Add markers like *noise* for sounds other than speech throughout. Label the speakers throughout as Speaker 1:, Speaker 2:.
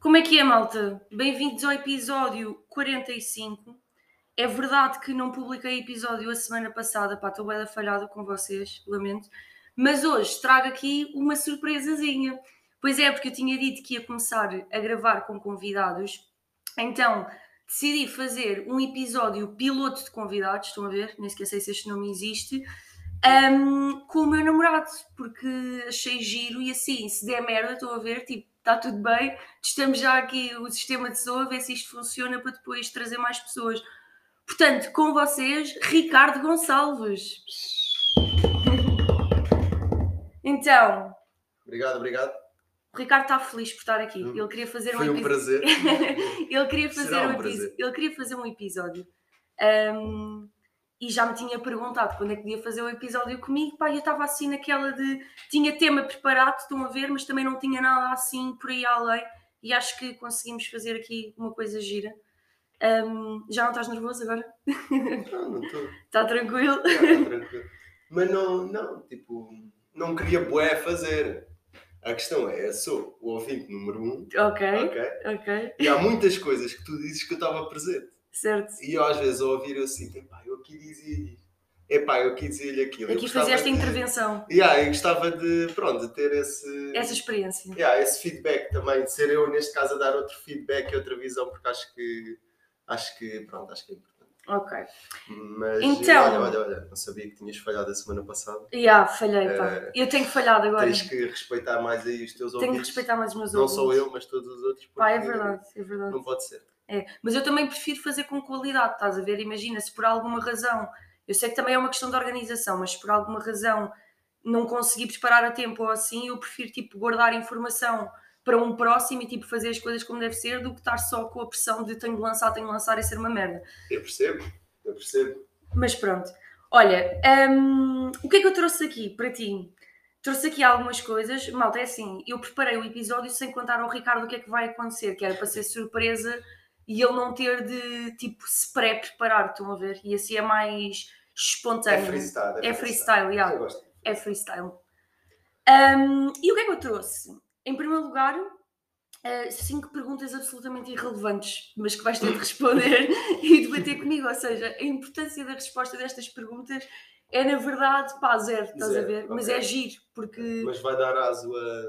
Speaker 1: Como é que é, malta? Bem-vindos ao episódio 45. É verdade que não publiquei episódio a semana passada, pá, estou bem da falhada com vocês, lamento. Mas hoje trago aqui uma surpresazinha. Pois é, porque eu tinha dito que ia começar a gravar com convidados, então decidi fazer um episódio piloto de convidados, estão a ver? Nem sequer sei se este nome existe. Um, com o meu namorado, porque achei giro e assim, se der merda, estou a ver, tipo, está tudo bem, testamos já aqui o sistema de Zoom, a ver se isto funciona para depois trazer mais pessoas. Portanto, com vocês, Ricardo Gonçalves. Então,
Speaker 2: Obrigado, obrigado.
Speaker 1: o Ricardo está feliz por estar aqui.
Speaker 2: Hum,
Speaker 1: Ele queria fazer
Speaker 2: Foi
Speaker 1: um
Speaker 2: um
Speaker 1: episódio.
Speaker 2: prazer.
Speaker 1: ele, queria fazer
Speaker 2: Será
Speaker 1: um
Speaker 2: um
Speaker 1: episo-
Speaker 2: prazer.
Speaker 1: ele queria fazer um episódio. Ahm, e já me tinha perguntado quando é que podia fazer o episódio comigo. Pá, eu estava assim naquela de. Tinha tema preparado, estão a ver, mas também não tinha nada assim por aí além. E acho que conseguimos fazer aqui uma coisa gira. Ahm, já não estás nervoso agora?
Speaker 2: Não, não estou.
Speaker 1: Está tranquilo? *laughs*
Speaker 2: tranquilo. Mas não, não, tipo, não queria bué fazer. A questão é, eu sou o ouvinte número um,
Speaker 1: Ok,
Speaker 2: ok?
Speaker 1: ok,
Speaker 2: E há muitas coisas que tu dizes que eu estava presente.
Speaker 1: certo.
Speaker 2: E eu às vezes ao ouvir eu sinto, epá, eu aqui dizia-lhe isto. Epá, eu aqui dizia-lhe aquilo. Eu
Speaker 1: Aqui
Speaker 2: gostava
Speaker 1: fazia esta
Speaker 2: de-
Speaker 1: intervenção,
Speaker 2: Yeah, eu gostava de, pronto, de ter esse...
Speaker 1: essa experiência.
Speaker 2: Yeah, esse feedback também, de ser eu neste caso a dar outro feedback e outra visão, porque acho que, acho que, pronto, acho que é importante.
Speaker 1: Ok.
Speaker 2: Mas
Speaker 1: Então-
Speaker 2: olha, olha, olha, não sabia que tinhas falhado a semana passada.
Speaker 1: Yeah, falhei, pá.
Speaker 2: Eh,
Speaker 1: Eu tenho falhado agora.
Speaker 2: Tens que respeitar mais aí os teus
Speaker 1: Tenho que
Speaker 2: ouvintes.
Speaker 1: respeitar mais os meus
Speaker 2: Não
Speaker 1: ouvintes.
Speaker 2: só eu, mas todos os outros.
Speaker 1: Pá, é
Speaker 2: porque
Speaker 1: verdade, é verdade.
Speaker 2: Não pode ser.
Speaker 1: É. Mas eu também prefiro fazer com qualidade, estás a ver? Imagina, se por alguma razão, eu sei que também é uma questão de organização, mas se por alguma razão não consegui preparar a tempo ou assim, eu prefiro tipo guardar informação para um próximo e tipo fazer as coisas como deve ser do que estar só com a pressão de tenho de lançar, tenho de lançar e ser uma merda.
Speaker 2: Eu percebo, eu percebo.
Speaker 1: Mas pronto. Olha, hum, o que é que eu trouxe aqui para ti? Trouxe aqui algumas coisas. Malta, é assim, eu preparei o episódio sem contar ao Ricardo o que é que vai acontecer, que era para ser surpresa e ele não ter de, tipo, se pré-preparar, estão a ver? E assim é mais
Speaker 2: É
Speaker 1: espontâneo.
Speaker 2: freestyle.
Speaker 1: É freestyle, yeah.
Speaker 2: Eu gosto.
Speaker 1: É freestyle. Hum, e o que é que eu trouxe? Em primeiro lugar, eh, cinco perguntas absolutamente irrelevantes, mas que vais ter de
Speaker 2: *laughs*
Speaker 1: responder e debater comigo. Ou seja, a importância da resposta destas perguntas é, na verdade, pá, zero, estás a
Speaker 2: Zero,
Speaker 1: ver? Mas é
Speaker 2: ok.
Speaker 1: giro, porque
Speaker 2: Mas vai dar aso a.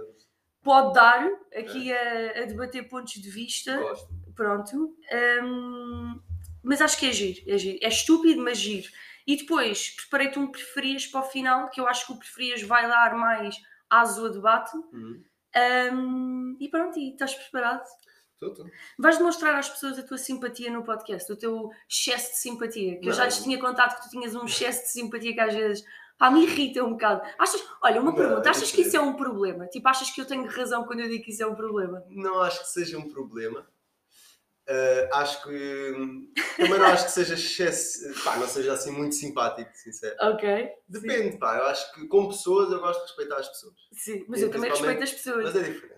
Speaker 1: pode dar aqui a, a debater pontos de vista.
Speaker 2: Gosto.
Speaker 1: Pronto. Hum, mas acho que é giro, é giro. É estúpido, mas giro. E depois preparei-te um preferias para o final, que eu acho que o preferias vai dar mais aso a debate.
Speaker 2: Uhum.
Speaker 1: Hum, e pronto, e estás preparado?
Speaker 2: Tu, tu.
Speaker 1: Vais demonstrar às pessoas a tua simpatia no podcast, o teu excesso de simpatia. Que eu já
Speaker 2: Não.
Speaker 1: lhes tinha contado que tu tinhas um excesso de simpatia que às vezes pá, me irrita um bocado. Achas, olha, uma
Speaker 2: Não,
Speaker 1: pergunta,
Speaker 2: é
Speaker 1: achas que isso é
Speaker 2: diferente.
Speaker 1: um problema? Tipo, achas que eu tenho razão quando eu digo que isso é um problema?
Speaker 2: Não acho que seja um problema. Ah, acho que. Também não acho que seja excesso. Pá, não seja assim muito simpático, sincero.
Speaker 1: Ok,
Speaker 2: Depende, pá. Eu acho que com pessoas eu gosto de respeitar as pessoas.
Speaker 1: sim, mas
Speaker 2: Sim,
Speaker 1: eu também respeito as pessoas.
Speaker 2: Mas é diferente.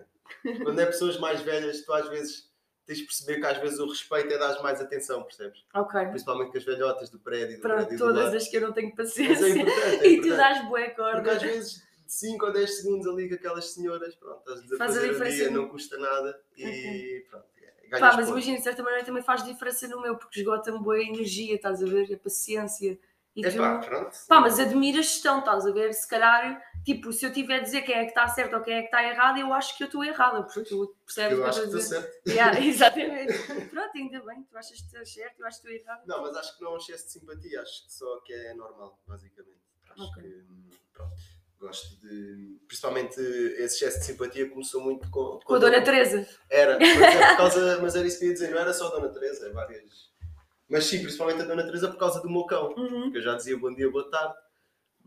Speaker 2: Quando é pessoas mais velhas, tu às vezes tens de perceber que às vezes o respeito é dar mais atenção, percebes?
Speaker 1: Ok,
Speaker 2: Principalmente com as velhotas do prédio, do
Speaker 1: pronto,
Speaker 2: prédio do
Speaker 1: todas
Speaker 2: lado.
Speaker 1: as que eu não tenho
Speaker 2: Mas é
Speaker 1: paciência.
Speaker 2: importante, é
Speaker 1: *laughs* e tu
Speaker 2: importante.
Speaker 1: dás boa
Speaker 2: Porque
Speaker 1: corda.
Speaker 2: às vezes 5 ou 10 segundos ali com aquelas senhoras, pronto, estás a
Speaker 1: Faz a
Speaker 2: fazer o
Speaker 1: diferença
Speaker 2: dia,
Speaker 1: no-
Speaker 2: não custa nada e pronto, é, ganhas
Speaker 1: Pá, mas
Speaker 2: pontos.
Speaker 1: imagina, de certa maneira também faz diferença no meu, porque esgota-me boa energia, estás a ver? A paciência. E
Speaker 2: É
Speaker 1: tu-
Speaker 2: pá, pronto.
Speaker 1: Pá, mas admira a gestão, estás a ver? Se calhar, tipo, se eu tiver a dizer quem é que está certo ou quem é que está errado, eu acho que eu estou errada, porque tu percebes o
Speaker 2: eu
Speaker 1: que eu
Speaker 2: acho
Speaker 1: estou
Speaker 2: que
Speaker 1: a
Speaker 2: estou
Speaker 1: dizer.
Speaker 2: certo.
Speaker 1: Yeah, *laughs* exatamente. Pronto, ainda bem, tu achas que estás certo, eu acho que estou errada.
Speaker 2: Não, mas acho que não é um excesso de simpatia, acho que só que é normal, basicamente. Acho
Speaker 1: Ok.
Speaker 2: que, hum, pronto, gosto de... Principalmente esse excesso de simpatia começou muito com...
Speaker 1: Com a Dona Teresa. *laughs*
Speaker 2: Era, mas, é por causa, mas era isso que eu ia dizer, não era só a Dona Teresa, é várias. Mas sim, principalmente a Dona Teresa por causa do meu cão,
Speaker 1: Uhum.
Speaker 2: que eu já dizia bom dia, boa tarde.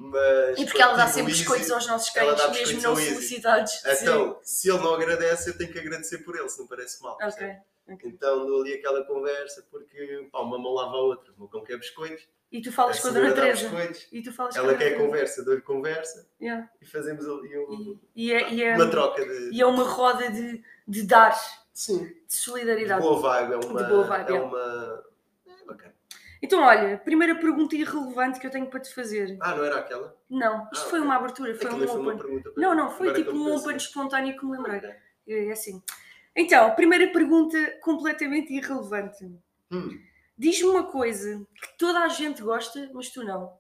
Speaker 2: Mas
Speaker 1: E porque ela dá
Speaker 2: quando
Speaker 1: sempre
Speaker 2: digo
Speaker 1: biscoitos
Speaker 2: Easy,
Speaker 1: aos nossos
Speaker 2: ela dá
Speaker 1: cães, mesmo
Speaker 2: biscoitos
Speaker 1: não
Speaker 2: ao Easy.
Speaker 1: solicitados. Sim.
Speaker 2: Então, se ele não agradece, eu tenho que agradecer por ele, se não parece mal. percebe?
Speaker 1: Ok.
Speaker 2: Então dou ali aquela conversa porque pá, uma mão lava a outra. O meu cão quer biscoitos,
Speaker 1: E tu
Speaker 2: a
Speaker 1: falas com a
Speaker 2: senhora
Speaker 1: Dona
Speaker 2: dá
Speaker 1: Teresa.
Speaker 2: biscoitos,
Speaker 1: E tu falas com a
Speaker 2: ela
Speaker 1: Dona
Speaker 2: quer
Speaker 1: Teresa.
Speaker 2: conversa, eu dou-lhe conversa
Speaker 1: Yeah.
Speaker 2: e fazemos ali um-
Speaker 1: E, e é, e, é,
Speaker 2: uma troca de.
Speaker 1: e é uma roda de, de dar,
Speaker 2: Sim,
Speaker 1: de
Speaker 2: de
Speaker 1: solidariedade.
Speaker 2: boa vibe, é uma.
Speaker 1: boa vibe, é.
Speaker 2: é uma. É bacana.
Speaker 1: Então, olha, primeira pergunta irrelevante que eu tenho para te fazer.
Speaker 2: Ah, não era aquela?
Speaker 1: Não, isto
Speaker 2: Ah,
Speaker 1: foi
Speaker 2: ok.
Speaker 1: uma abertura, foi
Speaker 2: Aquilo
Speaker 1: um
Speaker 2: foi uma
Speaker 1: open.
Speaker 2: pergunta.
Speaker 1: Não, não, foi
Speaker 2: Agora
Speaker 1: tipo
Speaker 2: que eu
Speaker 1: um
Speaker 2: penso.
Speaker 1: open espontâneo que me lembrei.
Speaker 2: Ok.
Speaker 1: É assim. Então, primeira pergunta completamente irrelevante.
Speaker 2: Hum,
Speaker 1: Diz-me uma coisa que toda a gente gosta, mas tu não.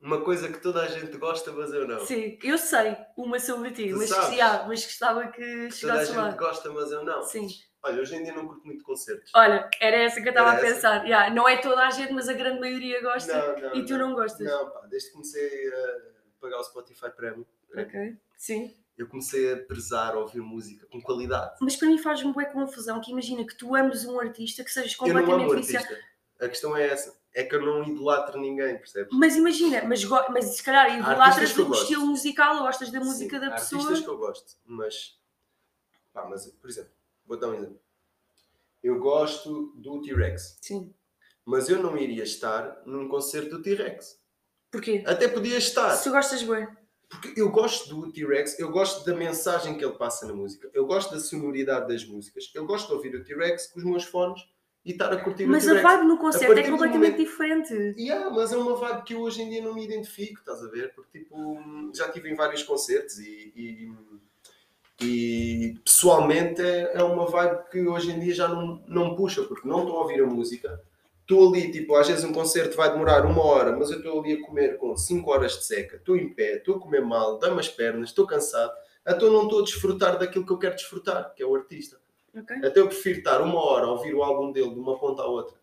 Speaker 2: uma coisa que toda a gente gosta, mas eu não.
Speaker 1: Sim, eu sei uma sobre ti,
Speaker 2: Tu
Speaker 1: mas,
Speaker 2: sabes?
Speaker 1: que- ah, mas gostava que
Speaker 2: Que toda a
Speaker 1: chegasse
Speaker 2: gente
Speaker 1: lá.
Speaker 2: gosta, mas eu não.
Speaker 1: Sim.
Speaker 2: Olha, hoje em dia não curto muito concertos.
Speaker 1: Olha, era essa que eu estava a
Speaker 2: Era essa?
Speaker 1: pensar. Ya, não é toda a gente, mas a grande maioria gosta
Speaker 2: não, não,
Speaker 1: e tu não, gostas.
Speaker 2: Não, pá, desde que comecei a pagar o Spotify Premium,
Speaker 1: Ok, sim.
Speaker 2: eu comecei a prezar ouvir música com qualidade.
Speaker 1: Mas para mim faz-me boa confusão que imagina que tu ames um artista que sejas
Speaker 2: Eu não
Speaker 1: completamente
Speaker 2: amo
Speaker 1: viciado.
Speaker 2: artista. A questão é essa. É que eu não idolatro ninguém, percebes?
Speaker 1: Mas imagina, mas, go- mas se calhar
Speaker 2: artistas
Speaker 1: idolatras
Speaker 2: que eu
Speaker 1: o
Speaker 2: gosto.
Speaker 1: um estilo musical ou gostas da música
Speaker 2: Sim,
Speaker 1: da
Speaker 2: há
Speaker 1: pessoa.
Speaker 2: artistas que eu gosto, mas... Pá, mas, por exemplo, vou dar um exemplo. Eu gosto do T-Rex,
Speaker 1: Sim.
Speaker 2: mas eu não iria estar num concerto do T-Rex.
Speaker 1: Porquê?
Speaker 2: Até podia estar,
Speaker 1: Se tu gostas bem.
Speaker 2: porque eu gosto do T-Rex, eu gosto da mensagem que ele passa na música, eu gosto da sonoridade das músicas, eu gosto de ouvir o T-Rex com os meus fones e estar a curtir
Speaker 1: Mas
Speaker 2: o
Speaker 1: a
Speaker 2: T-Rex.
Speaker 1: vibe no concerto
Speaker 2: partir
Speaker 1: é
Speaker 2: do
Speaker 1: completamente
Speaker 2: momento-
Speaker 1: diferente.
Speaker 2: E há, mas é uma vibe que eu hoje em dia não me identifico, estás a ver? Porque tipo, já estive em vários concertos e, e- e, pessoalmente é, é uma vibe que hoje em dia já não, não me puxa, porque não estou a ouvir a música. Estou ali, tipo, às vezes um concerto vai demorar uma hora, mas eu estou ali a comer com 5 horas de seca, estou em pé, estou a comer mal, dá-me as pernas, estou cansado, então não estou a desfrutar daquilo que eu quero desfrutar, que é o artista.
Speaker 1: Ok?
Speaker 2: Até eu prefiro estar uma hora a ouvir o álbum dele de uma ponta à outra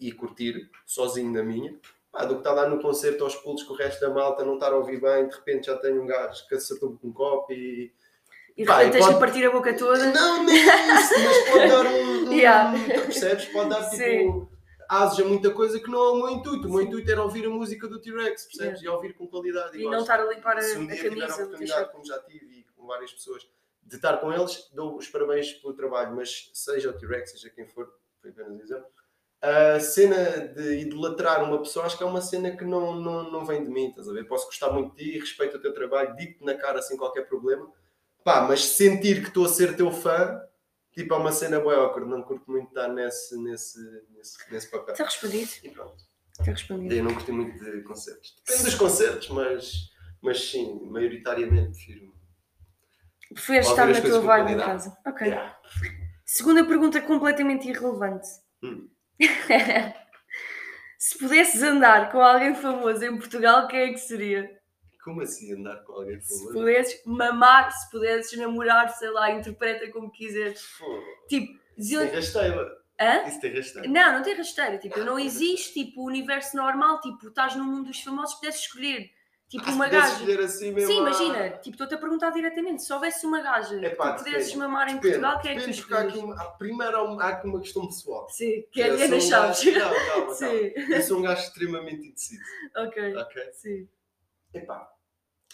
Speaker 2: e curtir sozinho na minha, pá, do que estar lá no concerto aos pulos com o resto da malta, não estar a ouvir bem, de repente já tenho um gajo que acertou-me com um copo e.
Speaker 1: E de
Speaker 2: Pá,
Speaker 1: repente
Speaker 2: e
Speaker 1: tens de
Speaker 2: pode-
Speaker 1: partir a boca toda.
Speaker 2: Não, nem isso, mas pode
Speaker 1: *laughs*
Speaker 2: dar um. um
Speaker 1: Yeah.
Speaker 2: Percebes? Pode dar
Speaker 1: Sim.
Speaker 2: tipo. Asos a muita coisa que não é o meu intuito. O meu
Speaker 1: Sim.
Speaker 2: intuito era ouvir a música do T-Rex, percebes? E ouvir com qualidade.
Speaker 1: E não
Speaker 2: gosto.
Speaker 1: estar a limpar a,
Speaker 2: Se um
Speaker 1: a
Speaker 2: dia tiver a
Speaker 1: camisa. o
Speaker 2: oportunidade,
Speaker 1: t-shirt.
Speaker 2: como já tive e com várias pessoas, de estar com eles, dou os parabéns pelo trabalho, mas seja o T-Rex, seja quem for, foi apenas um exemplo. A cena de idolatrar uma pessoa, acho que é uma cena que não, não, não vem de mim, estás a ver? Posso gostar muito de ti, respeito o teu trabalho, digo-te na cara sem qualquer problema, pá, mas sentir que estou a ser teu fã, tipo, é uma cena boa, awkward, não curto muito estar nesse, nesse, nesse, nesse papel.
Speaker 1: Está Tá respondido.
Speaker 2: E pronto,
Speaker 1: Está Tá respondido.
Speaker 2: eu não curti muito de concertos. Depende dos concertos, mas, mas sim, maioritariamente prefiro.
Speaker 1: Prefiro
Speaker 2: Ouvir
Speaker 1: estar
Speaker 2: as
Speaker 1: na
Speaker 2: coisas
Speaker 1: tua
Speaker 2: com
Speaker 1: vibe em
Speaker 2: qualidade.
Speaker 1: casa. Ok.
Speaker 2: Yeah.
Speaker 1: Segunda pergunta completamente irrelevante.
Speaker 2: Hum.
Speaker 1: *laughs* Se pudesses andar com alguém famoso em Portugal, quem é que seria?
Speaker 2: Como assim andar com alguém
Speaker 1: Se
Speaker 2: famoso?
Speaker 1: pudesses mamar, se pudesses namorar, sei lá, interpreta como quiseres.
Speaker 2: Fogo.
Speaker 1: Tipo,
Speaker 2: Isso tem
Speaker 1: zil...
Speaker 2: rasteira.
Speaker 1: Hã?
Speaker 2: Isso tem rasteira.
Speaker 1: Não, não tem rasteira. Tipo, eu não existe tipo o universo normal. Tipo, estás no mundo dos famosos, pudesses escolher. Tipo,
Speaker 2: Ah, se
Speaker 1: uma
Speaker 2: pudesse
Speaker 1: gaja.
Speaker 2: escolher assim mesmo.
Speaker 1: Sim,
Speaker 2: ah,
Speaker 1: imagina, tipo, estou-te a perguntar diretamente, se houvesse uma gaja
Speaker 2: Epá,
Speaker 1: que tu pudesses
Speaker 2: depende,
Speaker 1: mamar em
Speaker 2: Depende,
Speaker 1: Portugal, quem é que tu
Speaker 2: depende, porque há aqui
Speaker 1: escolhes?
Speaker 2: uma, há- primeiro há uma, há aqui uma questão pessoal.
Speaker 1: Sim, que é a
Speaker 2: Eu
Speaker 1: Diana
Speaker 2: sou um gajo-
Speaker 1: Chaves.
Speaker 2: Calma, calma, calma.
Speaker 1: *laughs* Sim,
Speaker 2: Eu sou um gajo extremamente indeciso,
Speaker 1: ok,
Speaker 2: ok?
Speaker 1: sim,
Speaker 2: Epá,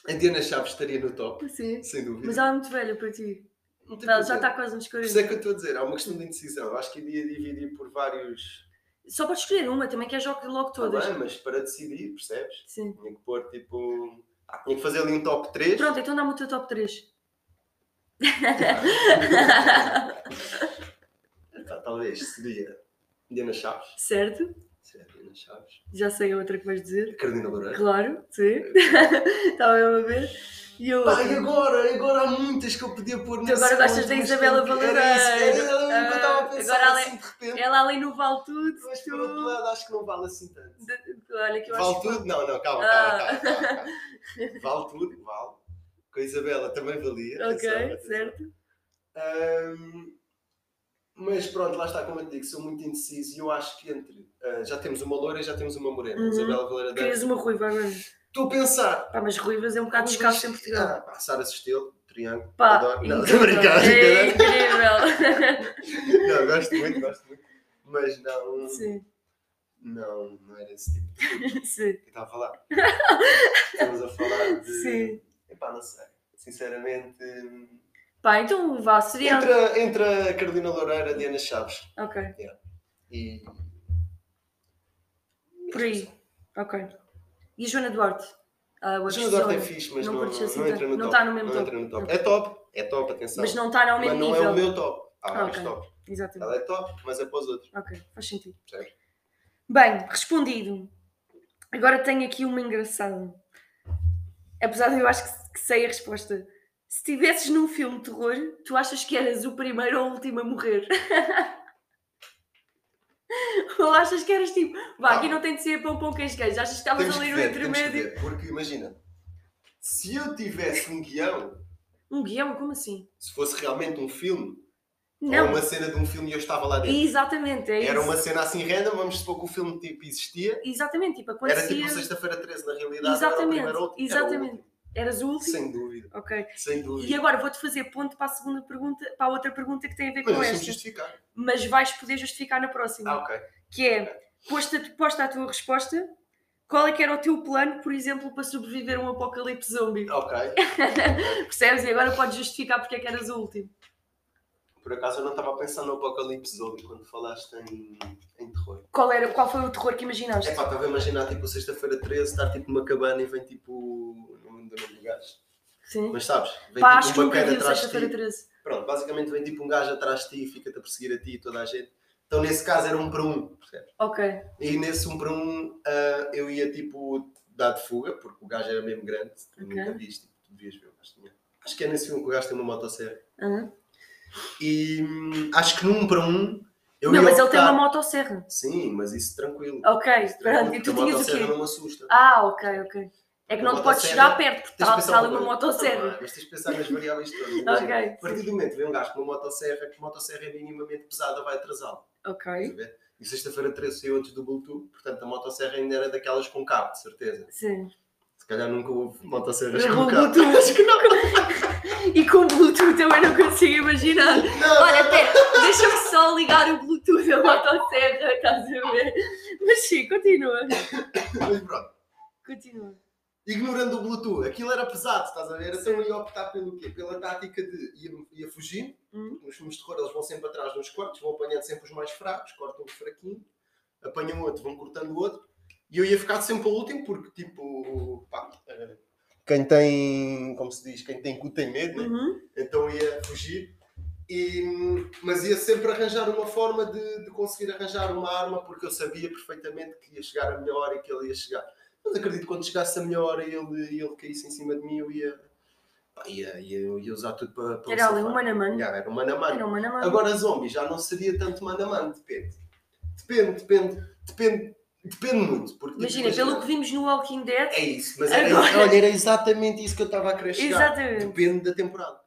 Speaker 2: a Diana Chaves estaria no top,
Speaker 1: sim.
Speaker 2: sem dúvida.
Speaker 1: Mas ela é muito velha para ti.
Speaker 2: Não tem
Speaker 1: Ela
Speaker 2: problema.
Speaker 1: já tá está quase nos
Speaker 2: Por isso Tipo, é
Speaker 1: 40.
Speaker 2: que eu estou a dizer, há uma questão de indecisão. Eu acho que iria dividir por vários.
Speaker 1: Só podes escolher uma, também queres jogar logo todas.
Speaker 2: Tá bem, mas para decidir, percebes?
Speaker 1: Sim.
Speaker 2: Tinha que pôr tipo. ah, Tinha que fazer ali um top 3.
Speaker 1: Pronto, então dá-me o teu top
Speaker 2: *laughs*
Speaker 1: 3.
Speaker 2: Tá, talvez seria Diana Chaves.
Speaker 1: certo?
Speaker 2: Seria Diana Chaves.
Speaker 1: Já sei a outra que vais dizer.
Speaker 2: Carolina Loureiro.
Speaker 1: Claro, sim. Estava mesmo a ver. E eu.
Speaker 2: Pá, e agora? Agora há muitas que eu podia pôr
Speaker 1: Tu
Speaker 2: nesse
Speaker 1: agora gostas
Speaker 2: ponto,
Speaker 1: da
Speaker 2: mas
Speaker 1: Isabela
Speaker 2: tem que- Era isso, era
Speaker 1: Valadeiro.
Speaker 2: era o que eu estava a
Speaker 1: Ah,
Speaker 2: pensar
Speaker 1: agora
Speaker 2: assim de repente.
Speaker 1: Ela ali no Vale Tudo.
Speaker 2: Mas por outro
Speaker 1: tu-
Speaker 2: lado acho que não vale assim tanto.
Speaker 1: de- Olha, que eu
Speaker 2: Vale
Speaker 1: acho que.
Speaker 2: tudo? Não, não, calma,
Speaker 1: Ah.
Speaker 2: calma, calma, calma, calma. Vale tudo, vale. Com a Isabela também valia. atenção,
Speaker 1: Ok,
Speaker 2: atenção.
Speaker 1: certo.
Speaker 2: Ahm, mas pronto, lá está como eu te digo, sou muito indeciso e eu acho que entre. ah, já temos uma loira e já temos uma morena.
Speaker 1: Uhum.
Speaker 2: Isabela Valadeiro.
Speaker 1: Querias uma ruiva agora.
Speaker 2: Estou a pensar.
Speaker 1: Pá, mas ruivas é um bocado
Speaker 2: Ruivas-
Speaker 1: descalço em Portugal.
Speaker 2: Ah, pá, Sara Sestelo, Triângulo.
Speaker 1: Pá,
Speaker 2: adoro. Não, *laughs*
Speaker 1: incrível.
Speaker 2: estou brincando.
Speaker 1: É incrível. *laughs*
Speaker 2: Não, gosto muito, gosto muito. Mas não.
Speaker 1: É. Sim,
Speaker 2: Não, não era esse tipo de filme
Speaker 1: sim,
Speaker 2: que eu estava a
Speaker 1: *laughs*
Speaker 2: falar. Estamos a falar de.
Speaker 1: sim.
Speaker 2: Epá, não sei. Sinceramente. hum,
Speaker 1: Pá, então vá, seria.
Speaker 2: Entre, a- entre a Carolina Loureiro e a Diana Chaves.
Speaker 1: Ok,
Speaker 2: E.
Speaker 1: por aí. Ok. E a Joana Duarte? Ah, A outra
Speaker 2: Mas o Duarte é
Speaker 1: pessoa.
Speaker 2: fixe, mas
Speaker 1: Não
Speaker 2: não,
Speaker 1: curtes assim
Speaker 2: não entra
Speaker 1: tanto.
Speaker 2: no
Speaker 1: Não
Speaker 2: top.
Speaker 1: tá no mesmo
Speaker 2: não
Speaker 1: top.
Speaker 2: entra no top.
Speaker 1: Não.
Speaker 2: É top, é top, atenção.
Speaker 1: Mas não está ao
Speaker 2: Mas
Speaker 1: mesmo
Speaker 2: não
Speaker 1: nível.
Speaker 2: é o meu top. Há
Speaker 1: Ah,
Speaker 2: vários
Speaker 1: ok.
Speaker 2: top.
Speaker 1: Exatamente.
Speaker 2: Ela é top, mas é para os outros.
Speaker 1: Ok, faz sentido.
Speaker 2: Certo.
Speaker 1: Bem, respondido. Agora tenho aqui uma engraçada. Apesar de eu acho que, que sei a resposta. Se estivesses num filme de terror, tu achas que eras o primeiro ou o último a morrer? *laughs* ou achas que eras tipo, vá,
Speaker 2: Tá.
Speaker 1: aqui não tem de ser pão, pão, queijo, queijo. Achas que estavas
Speaker 2: Temos que
Speaker 1: ali no
Speaker 2: ver, temos que
Speaker 1: intermédio?
Speaker 2: ver, porque imagina, se eu tivesse um guião,
Speaker 1: Um guião? Como assim?
Speaker 2: se fosse realmente um filme, ou
Speaker 1: Não,
Speaker 2: uma cena de um filme e eu estava lá dentro,
Speaker 1: exatamente, é
Speaker 2: era
Speaker 1: isso.
Speaker 2: uma cena assim random, vamos supor que o filme tipo existia,
Speaker 1: Exatamente, tipo,
Speaker 2: era
Speaker 1: acontecia,
Speaker 2: tipo sexta-feira 13 na realidade, era o
Speaker 1: Exatamente,
Speaker 2: primeiro ou outro, era o
Speaker 1: exatamente.
Speaker 2: último.
Speaker 1: eras o último.
Speaker 2: Sem dúvida,
Speaker 1: Ok.
Speaker 2: sem
Speaker 1: E
Speaker 2: dúvida.
Speaker 1: agora vou-te fazer ponto para a segunda pergunta, para a outra pergunta que tem a ver
Speaker 2: Mas
Speaker 1: com
Speaker 2: nós temos
Speaker 1: esta.
Speaker 2: de justificar.
Speaker 1: Mas vais poder justificar na
Speaker 2: Ah,
Speaker 1: próxima.
Speaker 2: ok.
Speaker 1: Que é, posta, posta a tua resposta, qual é que era o teu plano, por exemplo, para sobreviver a um apocalipse zombie?
Speaker 2: Ok.
Speaker 1: Percebes? E agora podes justificar porque é que eras o último.
Speaker 2: Por acaso eu não estava a pensar no Apocalipse Zombie quando falaste em, em terror.
Speaker 1: Qual, era, qual foi o terror que
Speaker 2: É
Speaker 1: imaginaste?
Speaker 2: pá, estava a imaginar tipo sexta-feira 13, estar tipo numa cabana e vem tipo. Não me lembro do gajo.
Speaker 1: Sim.
Speaker 2: Mas sabes, vem
Speaker 1: Pá, acho
Speaker 2: tipo
Speaker 1: que
Speaker 2: uma
Speaker 1: nunca
Speaker 2: pedra
Speaker 1: vi o
Speaker 2: atrás de
Speaker 1: Sexta-feira
Speaker 2: ti.
Speaker 1: 13.
Speaker 2: Pronto, basicamente vem tipo um gajo atrás de ti e fica-te a perseguir a ti e toda a gente. Então nesse caso era um para um, percebes?
Speaker 1: Ok.
Speaker 2: E nesse um para um ah, eu ia tipo dar de fuga, porque o gajo era mesmo grande, tu
Speaker 1: Ok.
Speaker 2: nunca viste, tipo, tu devias ver o gajo tinha. Acho que é nesse filme que o gajo tem uma motosserra.
Speaker 1: Aham.
Speaker 2: E hum, acho que num para um eu
Speaker 1: Não,
Speaker 2: ia
Speaker 1: mas ele tem
Speaker 2: optar-
Speaker 1: uma motosserra.
Speaker 2: Sim, mas isso tranquilo.
Speaker 1: Ok,
Speaker 2: Isso
Speaker 1: pronto. E
Speaker 2: tranquilo,
Speaker 1: tu
Speaker 2: porque a
Speaker 1: tinhas o
Speaker 2: motosserra
Speaker 1: quê?
Speaker 2: não me assusta.
Speaker 1: Ah, ok, ok. É que
Speaker 2: Uma
Speaker 1: não te podes
Speaker 2: motosserra,
Speaker 1: chegar perto, porque
Speaker 2: Tens de
Speaker 1: está
Speaker 2: pensar
Speaker 1: está ali
Speaker 2: uma
Speaker 1: uma
Speaker 2: coisa.
Speaker 1: motosserra.
Speaker 2: Não, Mas tens de pensar nas variáveis todas. imagina.
Speaker 1: *laughs* Ok,
Speaker 2: A partir do momento que vem um gajo com uma motosserra, que a motosserra é minimamente pesada, vai atrasá-lo. estás
Speaker 1: ok.
Speaker 2: a ver? E sexta-feira 13 saiu antes do Bluetooth, portanto a motosserra ainda era daquelas com cabo, de certeza.
Speaker 1: Sim.
Speaker 2: Se calhar nunca houve motosserras
Speaker 1: Com
Speaker 2: com cabo.
Speaker 1: Bluetooth. E com Bluetooth também não consigo imaginar.
Speaker 2: *laughs* Não,
Speaker 1: Olha, até, deixa-me só ligar o Bluetooth da motosserra, estás a ver? Mas sim, continua.
Speaker 2: mas pronto.
Speaker 1: Continua.
Speaker 2: Ignorando o Bluetooth, aquilo era pesado, estás a ver? Então eu ia optar pelo quê? Pela tática de ia, ia fugir,
Speaker 1: Hum?
Speaker 2: nos filmes de terror eles vão sempre atrás dos cortes, vão apanhando sempre os mais fracos, cortam o fraquinho, apanham outro, vão cortando o outro, e eu ia ficar sempre ao último, porque tipo, pá, eh, quem tem, como se diz, quem tem cu tem medo, né?
Speaker 1: Uhum.
Speaker 2: então ia fugir, e, mas ia sempre arranjar uma forma de, de conseguir arranjar uma arma, porque eu sabia perfeitamente que ia chegar a minha hora e que ele ia chegar. Mas acredito que quando chegasse a minha hora e ele, e ele caísse em cima de mim, eu ia, pá, ia, ia, ia usar tudo para. para me
Speaker 1: Era ali
Speaker 2: safar.
Speaker 1: um mano a mano.
Speaker 2: Yeah, era uma na mano.
Speaker 1: Era um mano a mano.
Speaker 2: Agora zombie já não seria tanto mano a mano, depende. Depende, depende, depende, depende muito. Porque, tipo,
Speaker 1: Imagina, pelo que vimos no Walking Dead,
Speaker 2: É isso, mas era,
Speaker 1: Agora-
Speaker 2: olha, era exatamente isso que eu estava a querer chegar.
Speaker 1: Exatamente.
Speaker 2: Depende da temporada.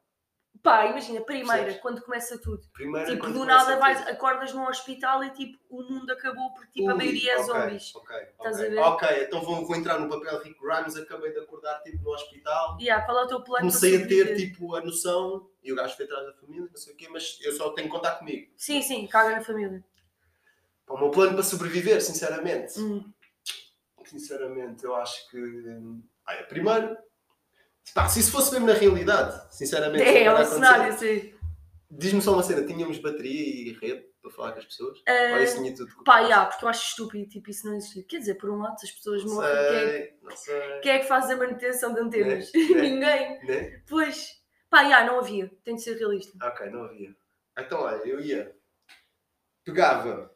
Speaker 1: pá, imagina, primeira,
Speaker 2: Percebes?
Speaker 1: quando começa tudo.
Speaker 2: Primeiro
Speaker 1: Tipo, do nada vais, acordas num hospital e tipo, o mundo acabou porque tipo, a maioria é zombies.
Speaker 2: Ok, ok.
Speaker 1: Estás a ver?
Speaker 2: Ok, então vou, vou entrar no papel Rick Grimes, acabei de acordar tipo, no hospital.
Speaker 1: Yeah, qual é o teu plano
Speaker 2: Comecei a ter
Speaker 1: sobreviver?
Speaker 2: tipo, a noção e o gajo foi atrás da família, não sei o quê, mas eu só tenho que contar comigo.
Speaker 1: Sim, sim, caga na família.
Speaker 2: Pá, O meu plano para sobreviver, sinceramente.
Speaker 1: Hum.
Speaker 2: Sinceramente, eu acho que. hum, Olha, primeiro, pá, se isso fosse mesmo na realidade, sinceramente.
Speaker 1: É, é
Speaker 2: agora
Speaker 1: um
Speaker 2: acontecer-
Speaker 1: cenário, sim.
Speaker 2: Diz-me só uma cena: tínhamos bateria e rede para falar com as pessoas? Ou isso tinha tudo?
Speaker 1: Ah, Pá, yeah, porque eu acho estúpido, tipo, isso não existir. Quer dizer, por um lado, se as pessoas
Speaker 2: Não
Speaker 1: morrem, quem é,
Speaker 2: sei, não sei.
Speaker 1: quem é que faz a manutenção de antenas?
Speaker 2: Né? Né?
Speaker 1: *laughs* Ninguém.
Speaker 2: Né?
Speaker 1: Pois, pá, yeah, não havia, tem de ser realista.
Speaker 2: Ah, Ok, não havia. Então, olha, eu ia. Pegava.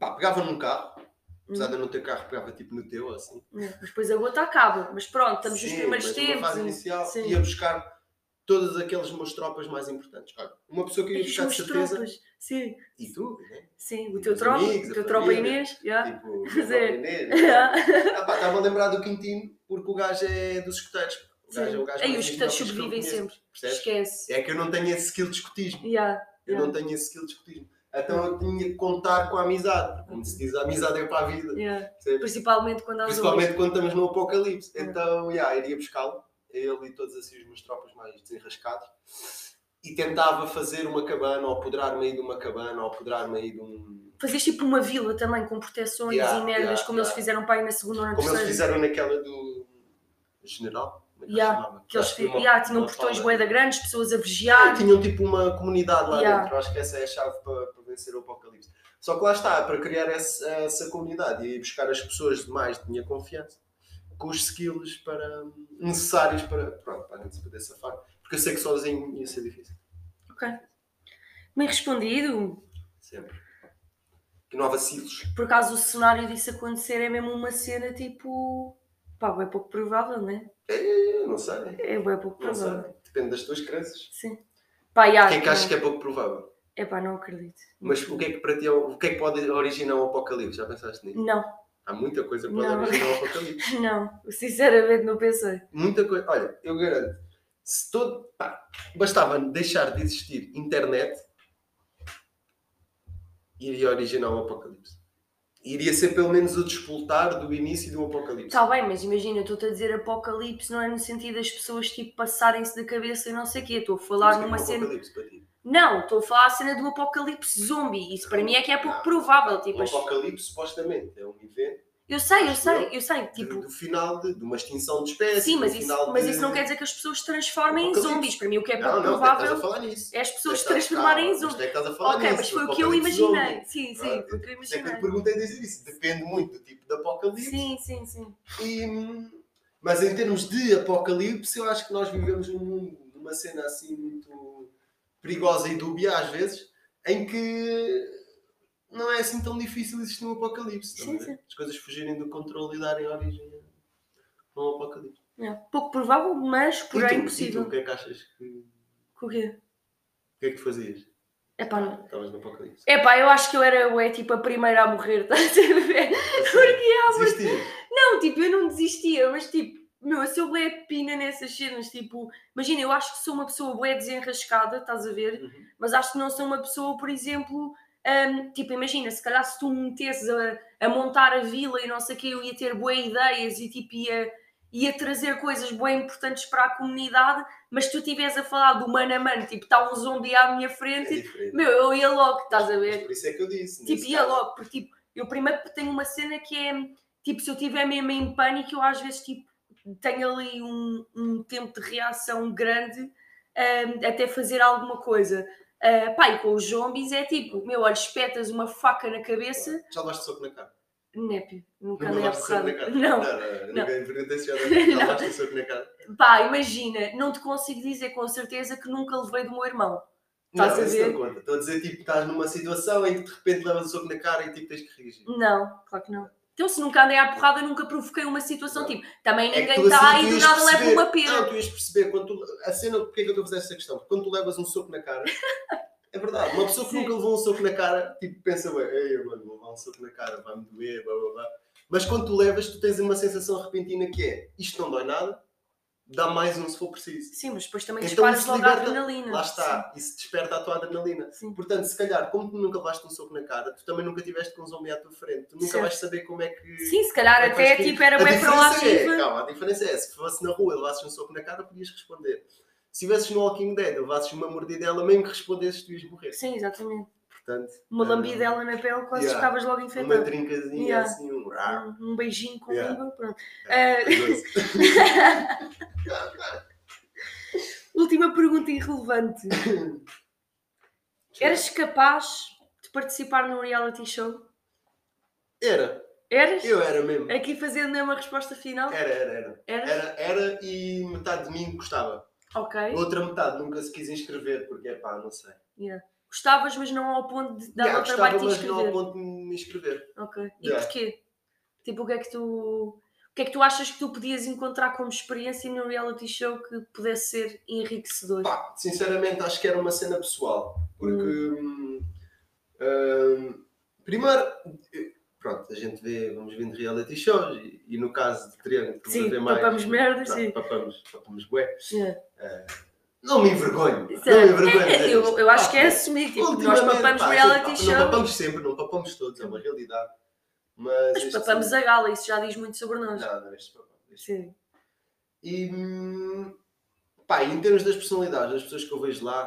Speaker 2: Pá, pegava num carro. Apesar de eu não ter carro, pegava tipo no teu, ou assim.
Speaker 1: Né? Mas depois a gota acaba, mas pronto, estamos nos
Speaker 2: Sim,
Speaker 1: primeiros
Speaker 2: mas numa
Speaker 1: tempos.
Speaker 2: fase
Speaker 1: e-
Speaker 2: inicial
Speaker 1: sim.
Speaker 2: ia buscar todos aqueles meus tropas mais importantes. Olha, uma pessoa que eu ia
Speaker 1: Ei,
Speaker 2: buscar um de
Speaker 1: os
Speaker 2: certeza.
Speaker 1: É, tropas. Sim,
Speaker 2: E tu, né?
Speaker 1: sim, o
Speaker 2: E
Speaker 1: teu
Speaker 2: os
Speaker 1: tropa,
Speaker 2: amigos,
Speaker 1: o
Speaker 2: a
Speaker 1: teu tropa
Speaker 2: família.
Speaker 1: Inês. *laughs* Yeah.
Speaker 2: Tipo,
Speaker 1: Pois é. *laughs*
Speaker 2: ah, pá, estava a lembrar do Quintino porque o gajo é dos escuteiros. O gajo é o gajo
Speaker 1: Aí
Speaker 2: mais
Speaker 1: os que
Speaker 2: miserável que eu
Speaker 1: sobrevivem
Speaker 2: conheço,
Speaker 1: sempre,
Speaker 2: percebes?
Speaker 1: esquece.
Speaker 2: É que eu não tenho esse skill de escutismo.
Speaker 1: Yeah.
Speaker 2: Eu
Speaker 1: Yeah.
Speaker 2: não tenho esse skill de escutismo. Então eu tinha que contar com a amizade. Como se diz, a amizade é para a vida.
Speaker 1: Yeah.
Speaker 2: percebes?
Speaker 1: Principalmente quando há zombies.
Speaker 2: Principalmente quando estamos no apocalipse.
Speaker 1: É.
Speaker 2: Então, yeah, iria buscá-lo, ele e todos assim os meus tropas mais desenrascados, e tentava fazer uma cabana, ou apoderar-me aí de uma cabana, ou apoderar-me aí de um.
Speaker 1: Fazias tipo uma vila também, com proteções
Speaker 2: Yeah,
Speaker 1: e merdas,
Speaker 2: yeah,
Speaker 1: como eles
Speaker 2: yeah.
Speaker 1: fizeram para aí na segunda ou na
Speaker 2: Como eles
Speaker 1: terceira.
Speaker 2: fizeram naquela do general. como é que
Speaker 1: Yeah,
Speaker 2: se chamava?
Speaker 1: Que eles
Speaker 2: Acho que
Speaker 1: fi-
Speaker 2: uma-
Speaker 1: yeah, tinham
Speaker 2: uma
Speaker 1: portões
Speaker 2: fala.
Speaker 1: boeda grandes, pessoas a
Speaker 2: Ah,
Speaker 1: vigiar.
Speaker 2: tinham tipo uma comunidade lá
Speaker 1: Yeah.
Speaker 2: dentro. Acho que essa é a chave para, para vencer o apocalipse. Só que lá está, para criar essa, essa comunidade e buscar as pessoas de mais de minha confiança com os skills para, necessários para, pronto, para a gente se poder safar. Porque eu sei que sozinho ia ser difícil.
Speaker 1: Ok. Bem respondido.
Speaker 2: Sempre. Que não há vacilos.
Speaker 1: Por acaso o cenário disso acontecer é mesmo uma cena tipo. pá, é pouco provável, né?
Speaker 2: É, não sei.
Speaker 1: É bem pouco
Speaker 2: Não
Speaker 1: provável.
Speaker 2: sei. Depende das tuas crenças.
Speaker 1: Sim. Pá, e há,
Speaker 2: O que é que
Speaker 1: não.
Speaker 2: achas que é pouco provável?
Speaker 1: Epá, não acredito.
Speaker 2: Mas o que é que para ti é o o que é que pode originar um apocalipse? Já pensaste nisso?
Speaker 1: Não, *laughs*
Speaker 2: Há muita coisa que pode
Speaker 1: Não.
Speaker 2: originar um apocalipse.
Speaker 1: não. Sinceramente, não pensei.
Speaker 2: muita coisa. Olha, eu garanto, se todo. pá, bastava deixar de existir internet, iria originar um apocalipse. Iria ser pelo menos o despoltar do início do apocalipse.
Speaker 1: Está Tá bem, mas imagina, eu estou-te a dizer apocalipse, não é no sentido das pessoas tipo passarem-se da cabeça e não sei o quê. Estou a
Speaker 2: Mas
Speaker 1: falar
Speaker 2: o que é que é um
Speaker 1: numa cena.
Speaker 2: apocalipse para ti?
Speaker 1: Não, estou a falar a cena do apocalipse zombie. Isso para mim é que é pouco
Speaker 2: Não.
Speaker 1: provável. Tipo,
Speaker 2: Um
Speaker 1: as-
Speaker 2: apocalipse, supostamente, é um evento
Speaker 1: Eu sei, eu
Speaker 2: Acho
Speaker 1: sei,
Speaker 2: eu.
Speaker 1: eu sei.
Speaker 2: de-
Speaker 1: Tipo,
Speaker 2: do final de, de uma extinção de espécies.
Speaker 1: sim, mas
Speaker 2: do
Speaker 1: isso,
Speaker 2: final
Speaker 1: mas
Speaker 2: de-
Speaker 1: isso não quer dizer que as pessoas se transformem em
Speaker 2: Apocalipse.
Speaker 1: zombies. Para mim, o que é pouco
Speaker 2: Não, não, até estás a
Speaker 1: provável
Speaker 2: falar nisso.
Speaker 1: é as pessoas se
Speaker 2: Até estás-
Speaker 1: transformarem em
Speaker 2: calma,
Speaker 1: zombies.
Speaker 2: até estás a falar
Speaker 1: Ok,
Speaker 2: nisso,
Speaker 1: mas
Speaker 2: do
Speaker 1: foi o que eu
Speaker 2: apocalipse zombie.
Speaker 1: imaginei. Sim,
Speaker 2: Ah,
Speaker 1: sim, foi o que eu
Speaker 2: Isso é que eu te
Speaker 1: imaginei.
Speaker 2: perguntei desde isso. Depende muito do tipo de apocalipse.
Speaker 1: Sim, sim, sim.
Speaker 2: E, hum, mas em termos de apocalipse, eu acho que nós vivemos num mundo, numa cena assim muito perigosa e dúbia às vezes, em que não é assim tão difícil existir um apocalipse. estás a
Speaker 1: Sim,
Speaker 2: ver? As coisas fugirem do controle e darem origem a um apocalipse.
Speaker 1: É pouco provável, mas
Speaker 2: E tu?
Speaker 1: porém
Speaker 2: E tu?
Speaker 1: impossível.
Speaker 2: O que é que achas que. O
Speaker 1: O quê?
Speaker 2: que é que tu fazias?
Speaker 1: Epá, não.
Speaker 2: Estavas
Speaker 1: *laughs*
Speaker 2: no apocalipse.
Speaker 1: Epá, eu acho que eu era ué, tipo a primeira a morrer, *laughs* estás a ver?
Speaker 2: Porque Desistias?
Speaker 1: Não, tipo, eu não desistia, mas tipo, meu, eu sou bué pina nessas cenas, tipo, imagina, eu acho que sou uma pessoa bué desenrascada, estás a ver?
Speaker 2: Uhum.
Speaker 1: Mas acho que não sou uma pessoa, por exemplo, hum, tipo, imagina, se calhar se tu me metesses a, a montar a vila e não sei o quê, eu ia ter bué ideias e tipo, ia, ia trazer coisas bué importantes para a comunidade, mas se tu estivesse a falar do mano a mano, tipo, está um zombi à minha
Speaker 2: É
Speaker 1: frente,
Speaker 2: diferente.
Speaker 1: meu, eu ia logo, estás a ver?
Speaker 2: Mas Por isso é que eu disse.
Speaker 1: Tipo,
Speaker 2: nesse
Speaker 1: ia
Speaker 2: caso,
Speaker 1: logo, porque tipo, eu primeiro tenho uma cena que é tipo, se eu estiver mesmo em pânico, eu às vezes tipo, tenho ali um, um tempo de reação grande hum, até fazer alguma coisa. Uh, pá, e com os zombies é tipo, meu, olha, espetas uma faca na cabeça,
Speaker 2: Já levaste soco na cara.
Speaker 1: népio, nunca
Speaker 2: Nunca
Speaker 1: andei a
Speaker 2: levaste soco na
Speaker 1: porrada.
Speaker 2: cara.
Speaker 1: é Não,
Speaker 2: não, não.
Speaker 1: Não. Tá
Speaker 2: Ninguém é pergunta se
Speaker 1: *laughs*
Speaker 2: já levaste- já levaste soco na cara.
Speaker 1: pá, imagina, não te consigo dizer com certeza que nunca levei do meu irmão. Estás
Speaker 2: não,
Speaker 1: a
Speaker 2: isso
Speaker 1: ver?
Speaker 2: não conta. Estou a dizer, tipo, estás numa situação em que de repente levas um soco na cara e tipo tens que reagir.
Speaker 1: Não, claro que não. Então, se nunca andei à porrada, nunca provoquei uma situação
Speaker 2: Não.
Speaker 1: tipo, também
Speaker 2: É que
Speaker 1: ninguém
Speaker 2: tu,
Speaker 1: está
Speaker 2: assim,
Speaker 1: aí
Speaker 2: tu
Speaker 1: do
Speaker 2: ias
Speaker 1: nada leva
Speaker 2: perceber-
Speaker 1: uma pera.
Speaker 2: Não, tu ias perceber. Quando tu- a cena, porque é que eu estou a fazer esta questão? Porque Quando tu levas um soco na cara, é verdade, uma pessoa que
Speaker 1: Sim.
Speaker 2: nunca levou um soco na cara, tipo, pensa, ué, ei, mano, vou levar um soco na cara, vai-me doer, blá blá blá. Mas quando tu levas, tu tens uma sensação repentina que é, isto não dói nada, dá mais um se for preciso.
Speaker 1: Sim, mas depois também
Speaker 2: Então
Speaker 1: disparas
Speaker 2: isso
Speaker 1: logo a
Speaker 2: liberta-
Speaker 1: adrenalina.
Speaker 2: Lá está, isso desperta a tua adrenalina.
Speaker 1: Sim, sim.
Speaker 2: Portanto, se calhar, como tu nunca levaste um soco na cara, tu também nunca tiveste com um zombi à tua frente. Tu nunca
Speaker 1: Certo.
Speaker 2: vais saber como é que.
Speaker 1: Sim, se calhar
Speaker 2: É
Speaker 1: até
Speaker 2: que-
Speaker 1: tipo era
Speaker 2: a
Speaker 1: bem
Speaker 2: diferença é,
Speaker 1: proativa.
Speaker 2: calma, a diferença é, se fosse na rua e levasses um soco na cara, podias responder. Se estivesses no Walking Dead, levasses uma mordidela, mesmo que respondesses, tu ias morrer.
Speaker 1: Sim, exatamente.
Speaker 2: Portanto,
Speaker 1: Uma
Speaker 2: Ah,
Speaker 1: lambidela na pele, quase
Speaker 2: yeah.
Speaker 1: ficavas logo
Speaker 2: uma
Speaker 1: infectado.
Speaker 2: trincazinha
Speaker 1: tá. Yeah.
Speaker 2: assim, um. rá,
Speaker 1: Um, um beijinho com
Speaker 2: Yeah.
Speaker 1: língua, pronto.
Speaker 2: é,
Speaker 1: Ah, *laughs*
Speaker 2: perigoso.
Speaker 1: última pergunta irrelevante. Eras capaz de participar num reality show?
Speaker 2: Era,
Speaker 1: Eras?
Speaker 2: eu É. era mesmo.
Speaker 1: Aqui fazendo uma resposta final?
Speaker 2: Era, era, era.
Speaker 1: Eras?
Speaker 2: Era, era e metade de mim gostava.
Speaker 1: Ok.
Speaker 2: A outra metade nunca se quis inscrever, porque é pá, não sei.
Speaker 1: Yeah. Gostavas, mas não ao ponto de dar
Speaker 2: Yeah,
Speaker 1: ao trabalho de te
Speaker 2: mas não ao
Speaker 1: inscrever.
Speaker 2: ponto de me inscrever.
Speaker 1: Ok. E
Speaker 2: Yeah.
Speaker 1: porquê? Tipo, o que é que tu. O que é que tu achas que tu podias encontrar como experiência num reality show que pudesse ser enriquecedor?
Speaker 2: Pá, sinceramente acho que era uma cena pessoal. Porque. hum, hum, primeiro. eh, Pronto, a gente vê, vamos vendo reality shows e, e no caso de Triângulo, estamos a
Speaker 1: Sim,
Speaker 2: ver mais.
Speaker 1: papamos merda,
Speaker 2: Tá,
Speaker 1: sim.
Speaker 2: Papamos, papamos bué.
Speaker 1: É.
Speaker 2: Não me envergonho. pá, Não
Speaker 1: Sério?
Speaker 2: me envergonho. de dizer
Speaker 1: é, Eu,
Speaker 2: isto.
Speaker 1: eu acho
Speaker 2: Pá,
Speaker 1: que é assumir, tipo, nós
Speaker 2: ultimamente,
Speaker 1: papamos
Speaker 2: pá,
Speaker 1: reality
Speaker 2: sim, pá, Não
Speaker 1: show,
Speaker 2: papamos sempre, não papamos todos, é uma realidade. Mas.
Speaker 1: mas
Speaker 2: este- tipo,
Speaker 1: papamos a gala, isso já diz muito sobre nós.
Speaker 2: Não, não, este papamos. este
Speaker 1: Sim.
Speaker 2: E hum, pá, em termos das personalidades, das pessoas que eu vejo lá,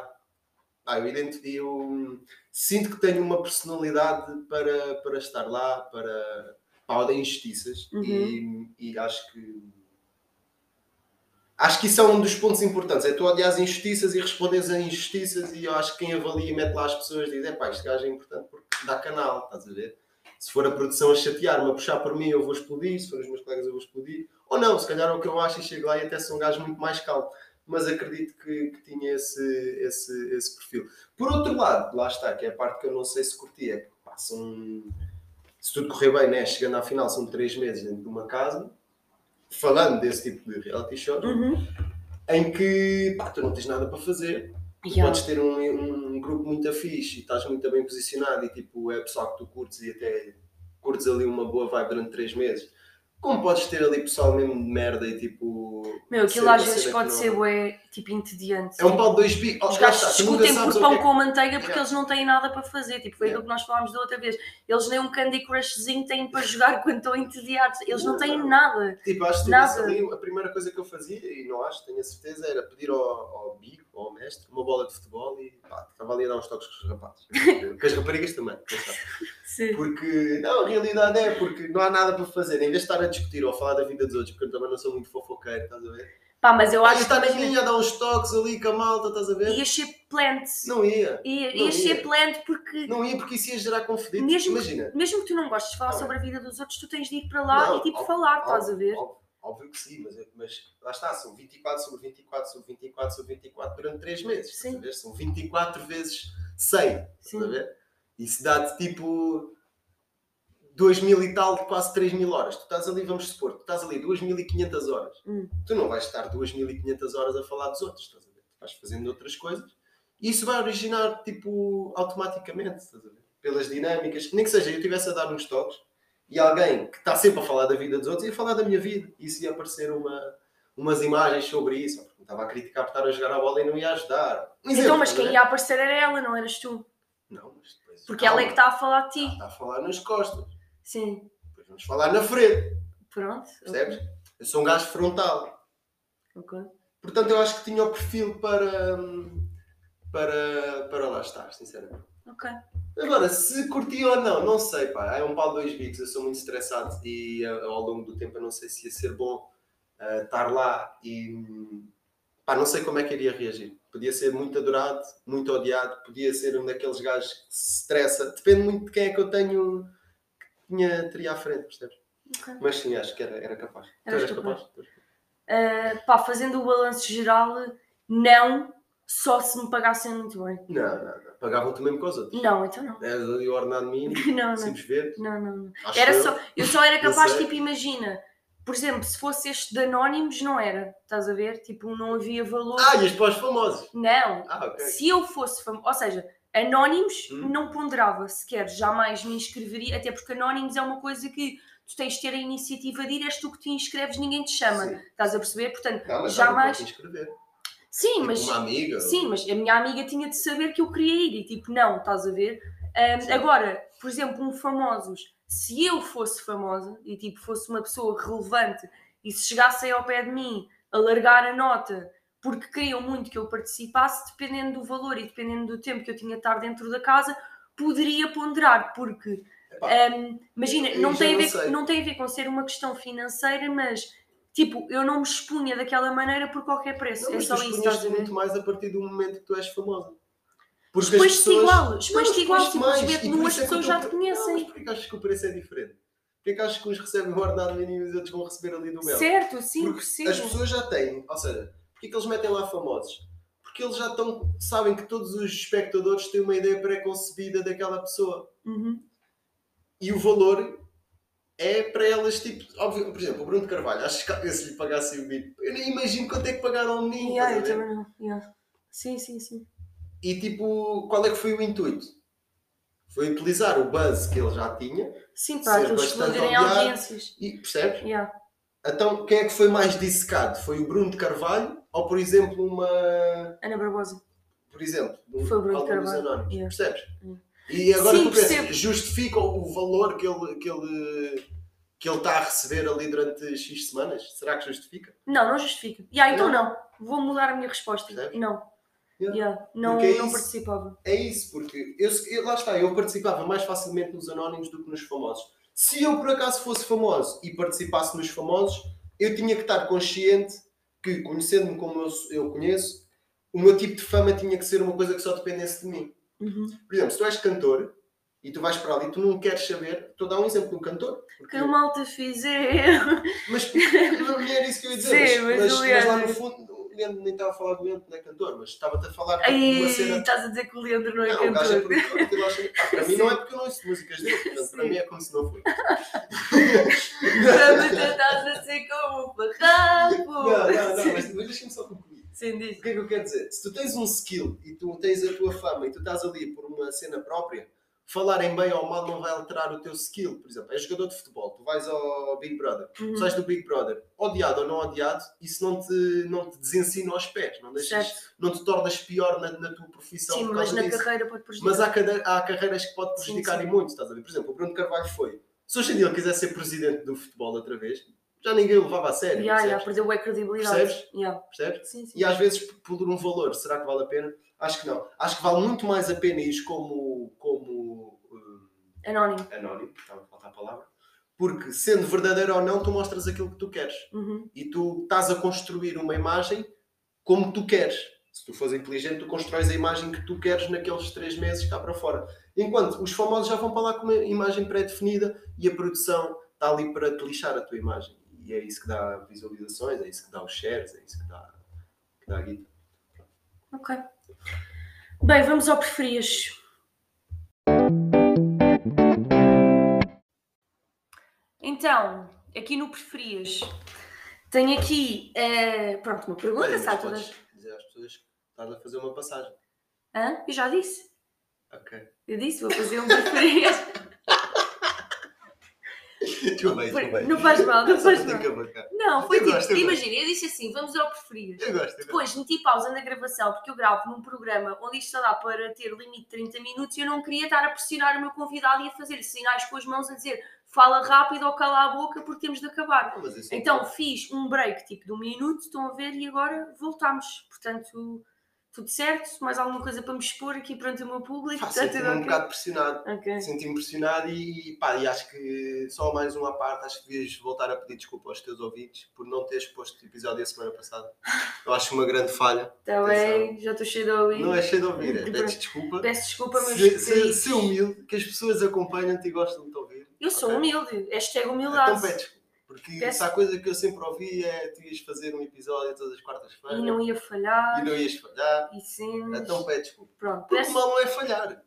Speaker 2: pá, eu, ident- eu, hum, sinto que tenho uma personalidade para, para estar lá, para pá, odeio injustiças e, e acho que acho que isso é um dos pontos importantes. É tu odias injustiças e respondes a injustiças e eu acho que quem avalia e mete lá as pessoas diz, é pá, este gajo é importante porque dá canal, estás a ver? Se for a produção a chatear-me, a puxar por mim, eu vou explodir, se for os meus colegas eu vou explodir ou não, se calhar é o que eu acho e chego lá e até sou um gajo muito mais calmo, mas acredito que, que tinha esse, esse, esse perfil. Por outro lado, lá está, que é a parte que eu não sei se curti, é que pá, são, se tudo correr bem, né, chegando à final, são três meses dentro de uma casa, falando desse tipo de reality show,
Speaker 1: Uhum.
Speaker 2: em que pá, tu não tens nada para fazer. Tu
Speaker 1: Yeah.
Speaker 2: podes ter um, um grupo muito fixe e estás muito bem posicionado e tipo é pessoal que tu curtes e até curtes ali uma boa vibe durante três meses. Como podes ter ali pessoal mesmo de merda e tipo.
Speaker 1: Meu, aquilo
Speaker 2: ser
Speaker 1: às
Speaker 2: uma
Speaker 1: vezes
Speaker 2: cena
Speaker 1: pode
Speaker 2: que não-
Speaker 1: ser bué, tipo, entediante.
Speaker 2: É um
Speaker 1: Tipo,
Speaker 2: pau de dois bicos.
Speaker 1: Os
Speaker 2: Lá
Speaker 1: gajos
Speaker 2: está, tu nunca
Speaker 1: discutem
Speaker 2: sabes
Speaker 1: por
Speaker 2: o que
Speaker 1: pão
Speaker 2: é que-
Speaker 1: com manteiga porque
Speaker 2: Yeah.
Speaker 1: eles não têm nada para fazer. Tipo, foi
Speaker 2: Yeah.
Speaker 1: aquilo que nós falámos da outra vez. Eles nem um Candy Crushzinho têm para jogar *laughs* quando estão entediados. Eles não têm
Speaker 2: Não.
Speaker 1: nada.
Speaker 2: Tipo, acho que
Speaker 1: Nada.
Speaker 2: ali, a primeira coisa que eu fazia, e não acho, tenho a certeza, era pedir ao, ao Bico, ao mestre, uma bola de futebol e pá, estava ali a dar uns toques com os
Speaker 1: *laughs*
Speaker 2: rapazes. com as raparigas também. lá está.
Speaker 1: Sim.
Speaker 2: Porque, não, a realidade é porque não há nada para fazer. Em vez de estar a discutir ou a falar da vida dos outros, porque eu também não sou muito fofoqueiro, estás a ver?
Speaker 1: Pá, mas eu
Speaker 2: Pá,
Speaker 1: acho que.
Speaker 2: está na
Speaker 1: imagina,
Speaker 2: minha a dar uns toques ali com a malta, estás a ver?
Speaker 1: Ia ser plant.
Speaker 2: Não ia.
Speaker 1: Ia,
Speaker 2: não
Speaker 1: ia ser
Speaker 2: ia.
Speaker 1: plant porque.
Speaker 2: Não ia porque isso ia gerar conflito.
Speaker 1: Mesmo que-
Speaker 2: Imagina.
Speaker 1: Mesmo que tu não gostes de falar
Speaker 2: Não.
Speaker 1: sobre a vida dos outros, tu tens de ir para lá
Speaker 2: Não,
Speaker 1: e tipo
Speaker 2: óbvio,
Speaker 1: falar, estás a
Speaker 2: Óbvio,
Speaker 1: ver?
Speaker 2: Óbvio, óbvio que sim, mas, é, mas lá está, são 24 sobre 24 sobre 24 sobre 24 durante 3 meses. estás
Speaker 1: Sim.
Speaker 2: a ver? São 24 vezes 100. Estás a
Speaker 1: Sim.
Speaker 2: ver? Isso dá-te tipo 2 mil e tal, quase 3 mil horas. Tu estás ali, vamos supor, tu estás ali 2.500 horas.
Speaker 1: Hum.
Speaker 2: Tu não vais estar 2.500 horas a falar dos outros. Estás a ver? Tu vais fazendo outras coisas. E isso vai originar tipo automaticamente. Estás a ver? Pelas dinâmicas. Nem que seja eu estivesse a dar uns toques e alguém que está sempre a falar da vida dos outros ia falar da minha vida. E se ia aparecer uma, umas imagens sobre isso, ou porque me estava a criticar por estar a jogar a bola e não ia ajudar. Um exemplo,
Speaker 1: Então, mas
Speaker 2: estás a
Speaker 1: quem
Speaker 2: ver?
Speaker 1: ia aparecer era ela, não eras tu.
Speaker 2: Não, mas depois-
Speaker 1: Porque ela é que
Speaker 2: Calma,
Speaker 1: está a falar de ti.
Speaker 2: Está Tá, a falar nas costas.
Speaker 1: Sim.
Speaker 2: Depois vamos falar na frente,
Speaker 1: Pronto.
Speaker 2: percebes? Eu sou um gajo frontal.
Speaker 1: Ok. Ok.
Speaker 2: Portanto, eu acho que tinha o perfil para, hum, para, para lá estar, sinceramente.
Speaker 1: Ok.
Speaker 2: Agora, se curti ou não, não sei, pá. É um pau de dois bicos. Eu sou muito estressado e eh, ao longo do tempo eu não sei se ia ser bom eh, estar lá e. hum, Pá, não sei como é que iria reagir. Podia ser muito adorado, muito odiado, podia ser um daqueles gajos que se estressa. Depende muito de quem é que eu tenho, que tinha, teria à frente, percebes?
Speaker 1: Ok.
Speaker 2: Mas sim, acho que era, era capaz. Tu
Speaker 1: Eras
Speaker 2: eras
Speaker 1: capaz.
Speaker 2: capaz? Tu eras capaz.
Speaker 1: Uh, pá, fazendo o balanço geral, não, só se me pagassem muito bem.
Speaker 2: Não, não, não. Pagavam-te mesmo com os outros.
Speaker 1: Não, então não. *laughs*
Speaker 2: Eras ali o ordenado mínimo,
Speaker 1: Não, não.
Speaker 2: simples verde.
Speaker 1: Não, não, não.
Speaker 2: acho
Speaker 1: Era
Speaker 2: eu.
Speaker 1: só, eu só era
Speaker 2: Não
Speaker 1: capaz,
Speaker 2: sei.
Speaker 1: tipo, imagina, por exemplo, se fosse este de Anónimos, não era, estás a ver? Tipo, não havia valor.
Speaker 2: Ah, e os pós-famosos.
Speaker 1: Não,
Speaker 2: Ah, ok.
Speaker 1: se eu fosse famoso, ou seja, Anónimos
Speaker 2: Hum.
Speaker 1: não ponderava sequer, jamais me inscreveria, até porque Anónimos é uma coisa que tu tens de ter a iniciativa de ir, és tu que te inscreves, ninguém te chama,
Speaker 2: Sim.
Speaker 1: estás a perceber? Portanto,
Speaker 2: Não, mas
Speaker 1: Jamais.
Speaker 2: Jamais. Inscrever. Tipo,
Speaker 1: sim, mas.
Speaker 2: Uma amiga.
Speaker 1: Sim, mas a minha amiga tinha de saber que eu queria ir e tipo, não, estás a ver? Ahm,
Speaker 2: Sim.
Speaker 1: agora, por exemplo, um famosos, se eu fosse famosa e tipo fosse uma pessoa relevante e se chegassem ao pé de mim a largar a nota porque queriam muito que eu participasse, dependendo do valor e dependendo do tempo que eu tinha de estar dentro da casa, poderia ponderar, porque
Speaker 2: Epá,
Speaker 1: ahm, imagina,
Speaker 2: eu
Speaker 1: não
Speaker 2: já
Speaker 1: tem, a
Speaker 2: não
Speaker 1: ver,
Speaker 2: sei.
Speaker 1: não tem a ver com ser uma questão financeira, mas tipo, eu não me expunha daquela maneira por qualquer preço.
Speaker 2: Não,
Speaker 1: é
Speaker 2: mas
Speaker 1: só
Speaker 2: tu
Speaker 1: isso, estás a
Speaker 2: expunhas-te
Speaker 1: ver?
Speaker 2: muito mais a partir do momento que tu és famosa. Porque as
Speaker 1: Expões-te
Speaker 2: pessoas-
Speaker 1: igual,
Speaker 2: Não,
Speaker 1: expões-te igual,
Speaker 2: expões-te mais,
Speaker 1: simplesmente
Speaker 2: e por
Speaker 1: nuas
Speaker 2: isso é que o
Speaker 1: pessoas
Speaker 2: teu
Speaker 1: já te
Speaker 2: pre- Não, mas
Speaker 1: conhecem.
Speaker 2: porquê que achas que o preço é diferente? Porquê que achas que uns recebem o ordenado mínimo e os outros vão receber ali do mel?
Speaker 1: Certo, sim,
Speaker 2: Porque
Speaker 1: percebo.
Speaker 2: As pessoas já têm, ou seja, porque é que eles metem lá famosos? Porque eles já estão, sabem que todos os espectadores têm uma ideia pré-concebida daquela pessoa.
Speaker 1: Uhum.
Speaker 2: E o valor é para elas, tipo, óbvio, por exemplo, o Bruno Carvalho, acho que eu, se lhe pagasse o bit, eu nem imagino quanto é que pagaram ao menino.
Speaker 1: Yeah, eu
Speaker 2: estás a ver?
Speaker 1: também não. yeah. Sim, sim, sim.
Speaker 2: E tipo, qual é que foi o intuito? Foi utilizar o buzz que ele já tinha
Speaker 1: Sim, para
Speaker 2: Ser
Speaker 1: aqueles que
Speaker 2: bastante
Speaker 1: explodiram em
Speaker 2: odiado.
Speaker 1: audiências.
Speaker 2: e percebes?
Speaker 1: Yeah.
Speaker 2: Então, quem é que foi mais dissecado? Foi o Bruno de Carvalho ou, por exemplo, uma.
Speaker 1: Ana Barbosa.
Speaker 2: Por exemplo,
Speaker 1: Foi o Bruno de
Speaker 2: algum dos
Speaker 1: Carvalho,
Speaker 2: anónimos,
Speaker 1: yeah.
Speaker 2: Percebes?
Speaker 1: Yeah.
Speaker 2: E agora
Speaker 1: Sim,
Speaker 2: tu pensas,
Speaker 1: percebo.
Speaker 2: justifica o valor que ele, que ele que ele está a receber ali durante X semanas? Será que justifica?
Speaker 1: Não, não justifica. Yeah, então não. Vou mudar a minha resposta.
Speaker 2: Percebes?
Speaker 1: Não.
Speaker 2: Yeah.
Speaker 1: Yeah, Não,
Speaker 2: Porque é
Speaker 1: não
Speaker 2: isso.
Speaker 1: participava.
Speaker 2: É isso, porque eu, eu- lá está, eu participava mais facilmente nos anónimos do que nos famosos. Se eu por acaso fosse famoso e participasse nos famosos, eu tinha que estar consciente que, conhecendo-me como eu, sou- eu conheço, o meu tipo de fama tinha que ser uma coisa que só dependesse de mim.
Speaker 1: Uhum.
Speaker 2: Por exemplo, se tu és cantor e tu vais para ali e tu não queres saber, estou a dar um exemplo de um cantor.
Speaker 1: Que
Speaker 2: porque-
Speaker 1: o malta é. fizer.
Speaker 2: mas não era isso que eu ia dizer.
Speaker 1: Sim,
Speaker 2: mas,
Speaker 1: mas
Speaker 2: mas-
Speaker 1: o
Speaker 2: mas lá
Speaker 1: Leandro-
Speaker 2: no fundo, o Leandro nem estava a falar do Leandro, não é cantor, mas estava-te a falar de uma
Speaker 1: Aí
Speaker 2: cena
Speaker 1: estás a dizer que o Leandro não é
Speaker 2: não, o gajo é
Speaker 1: cantor. *laughs*
Speaker 2: produtor, aquilo acho que- pá, para mim
Speaker 1: Sim.
Speaker 2: não é porque eu não ouço músicas dele, portanto, para
Speaker 1: Sim. Tá
Speaker 2: mim é como se não
Speaker 1: *laughs*
Speaker 2: *laughs* fosse.
Speaker 1: Estás a dizer como um
Speaker 2: não, não,
Speaker 1: barraco.
Speaker 2: *laughs* não, mas, mas deixa-me só concluir.
Speaker 1: Sim, diz.
Speaker 2: O que é que eu quero dizer? Se tu tens um skill e tu tens a tua fama e tu estás ali por uma cena própria, falar em bem ou mal não vai alterar o teu skill. Por exemplo, és jogador de futebol, tu vais ao Big Brother, tu
Speaker 1: Uhum.
Speaker 2: sais do Big Brother, odiado ou não odiado, isso não te, não te desensina aos pés, não, deixas,
Speaker 1: Certo.
Speaker 2: não te tornas pior na, na tua profissão
Speaker 1: Sim,
Speaker 2: por
Speaker 1: mas
Speaker 2: causa
Speaker 1: na
Speaker 2: disso.
Speaker 1: carreira pode prejudicar.
Speaker 2: Mas há, cade- há carreiras que pode
Speaker 1: Sim,
Speaker 2: prejudicar
Speaker 1: sim.
Speaker 2: e muito, estás a ver? Por exemplo, o Bruno Carvalho foi. Se hoje em dia ele quiser ser presidente do futebol outra vez, já ninguém o levava a sério,
Speaker 1: Yeah, yeah,
Speaker 2: percebes?
Speaker 1: perdeu a credibilidade.
Speaker 2: Percebes?
Speaker 1: Yeah.
Speaker 2: percebes?
Speaker 1: Sim, sim.
Speaker 2: E às vezes por um valor, será que vale a pena? Acho que não. Acho que vale muito mais a pena ir como, como hum,
Speaker 1: Anónimo.
Speaker 2: anónimo, estava a faltar a palavra, porque sendo verdadeiro ou não, tu mostras aquilo que tu queres
Speaker 1: Uhum.
Speaker 2: e tu estás a construir uma imagem como tu queres. Se tu fores inteligente, tu constróis a imagem que tu queres naqueles três meses cá para fora. Enquanto os famosos já vão para lá com uma imagem pré-definida e a produção está ali para te lixar a tua imagem. E é isso que dá visualizações, é isso que dá os shares, é isso que dá, que dá a guita.
Speaker 1: Ok. Bem, vamos ao preferias. Então, aqui no preferias, tenho aqui, eh, pronto, uma pergunta,
Speaker 2: Olha, mas
Speaker 1: sabe
Speaker 2: podes
Speaker 1: todas?
Speaker 2: dizer às pessoas que estás a fazer uma passagem.
Speaker 1: Hã? Eu já disse,
Speaker 2: *laughs* Ok.
Speaker 1: eu disse, vou fazer
Speaker 2: *laughs*
Speaker 1: um preferias.
Speaker 2: Desculpa, aí, desculpa. aí.
Speaker 1: Não faz mal, não
Speaker 2: Só
Speaker 1: faz
Speaker 2: para
Speaker 1: mal.
Speaker 2: te acabar.
Speaker 1: Não, foi
Speaker 2: Eu
Speaker 1: tipo,
Speaker 2: gosto, eu
Speaker 1: imagina, eu disse assim, vamos ao preferias.
Speaker 2: Eu gosto, eu gosto.
Speaker 1: Depois meti pausa na gravação porque eu gravo num programa onde isto só dá para ter limite de 30 minutos e eu não queria estar a pressionar o meu convidado e a fazer sinais com as mãos a dizer fala rápido ou cala a boca porque temos de acabar.
Speaker 2: Não, mas isso é
Speaker 1: Então fiz um break tipo de um minuto, estão a ver, e agora voltámos. Portanto, tudo certo, mais alguma coisa para me expor aqui perante o meu público.
Speaker 2: Pá,
Speaker 1: Portanto,
Speaker 2: Senti-me um
Speaker 1: ok.
Speaker 2: bocado pressionado.
Speaker 1: Ok.
Speaker 2: Senti-me pressionado e, pá, e acho que só mais uma parte, acho que devias voltar a pedir desculpa aos teus ouvintes por não teres posto o episódio a semana passada. Eu acho uma grande falha.
Speaker 1: Está bem, Então, já estou cheio de ouvir.
Speaker 2: Não é cheio de ouvir, é pedes desculpa.
Speaker 1: Peço desculpa, meus
Speaker 2: Se, se,
Speaker 1: queridos.
Speaker 2: se humilde, que as pessoas acompanham-te e gostam de te ouvir.
Speaker 1: Eu sou
Speaker 2: Ok?
Speaker 1: humilde, hashtag humildade.
Speaker 2: Então pede desculpa. Porque
Speaker 1: Peço-
Speaker 2: se há coisa que eu sempre ouvi é tu ias fazer um episódio todas as
Speaker 1: e
Speaker 2: quartas-feiras
Speaker 1: não ia falhar.
Speaker 2: e não ias falhar.
Speaker 1: E sim.
Speaker 2: Então pede desculpa.
Speaker 1: Pronto,
Speaker 2: Porque
Speaker 1: peço-
Speaker 2: o mal não é falhar.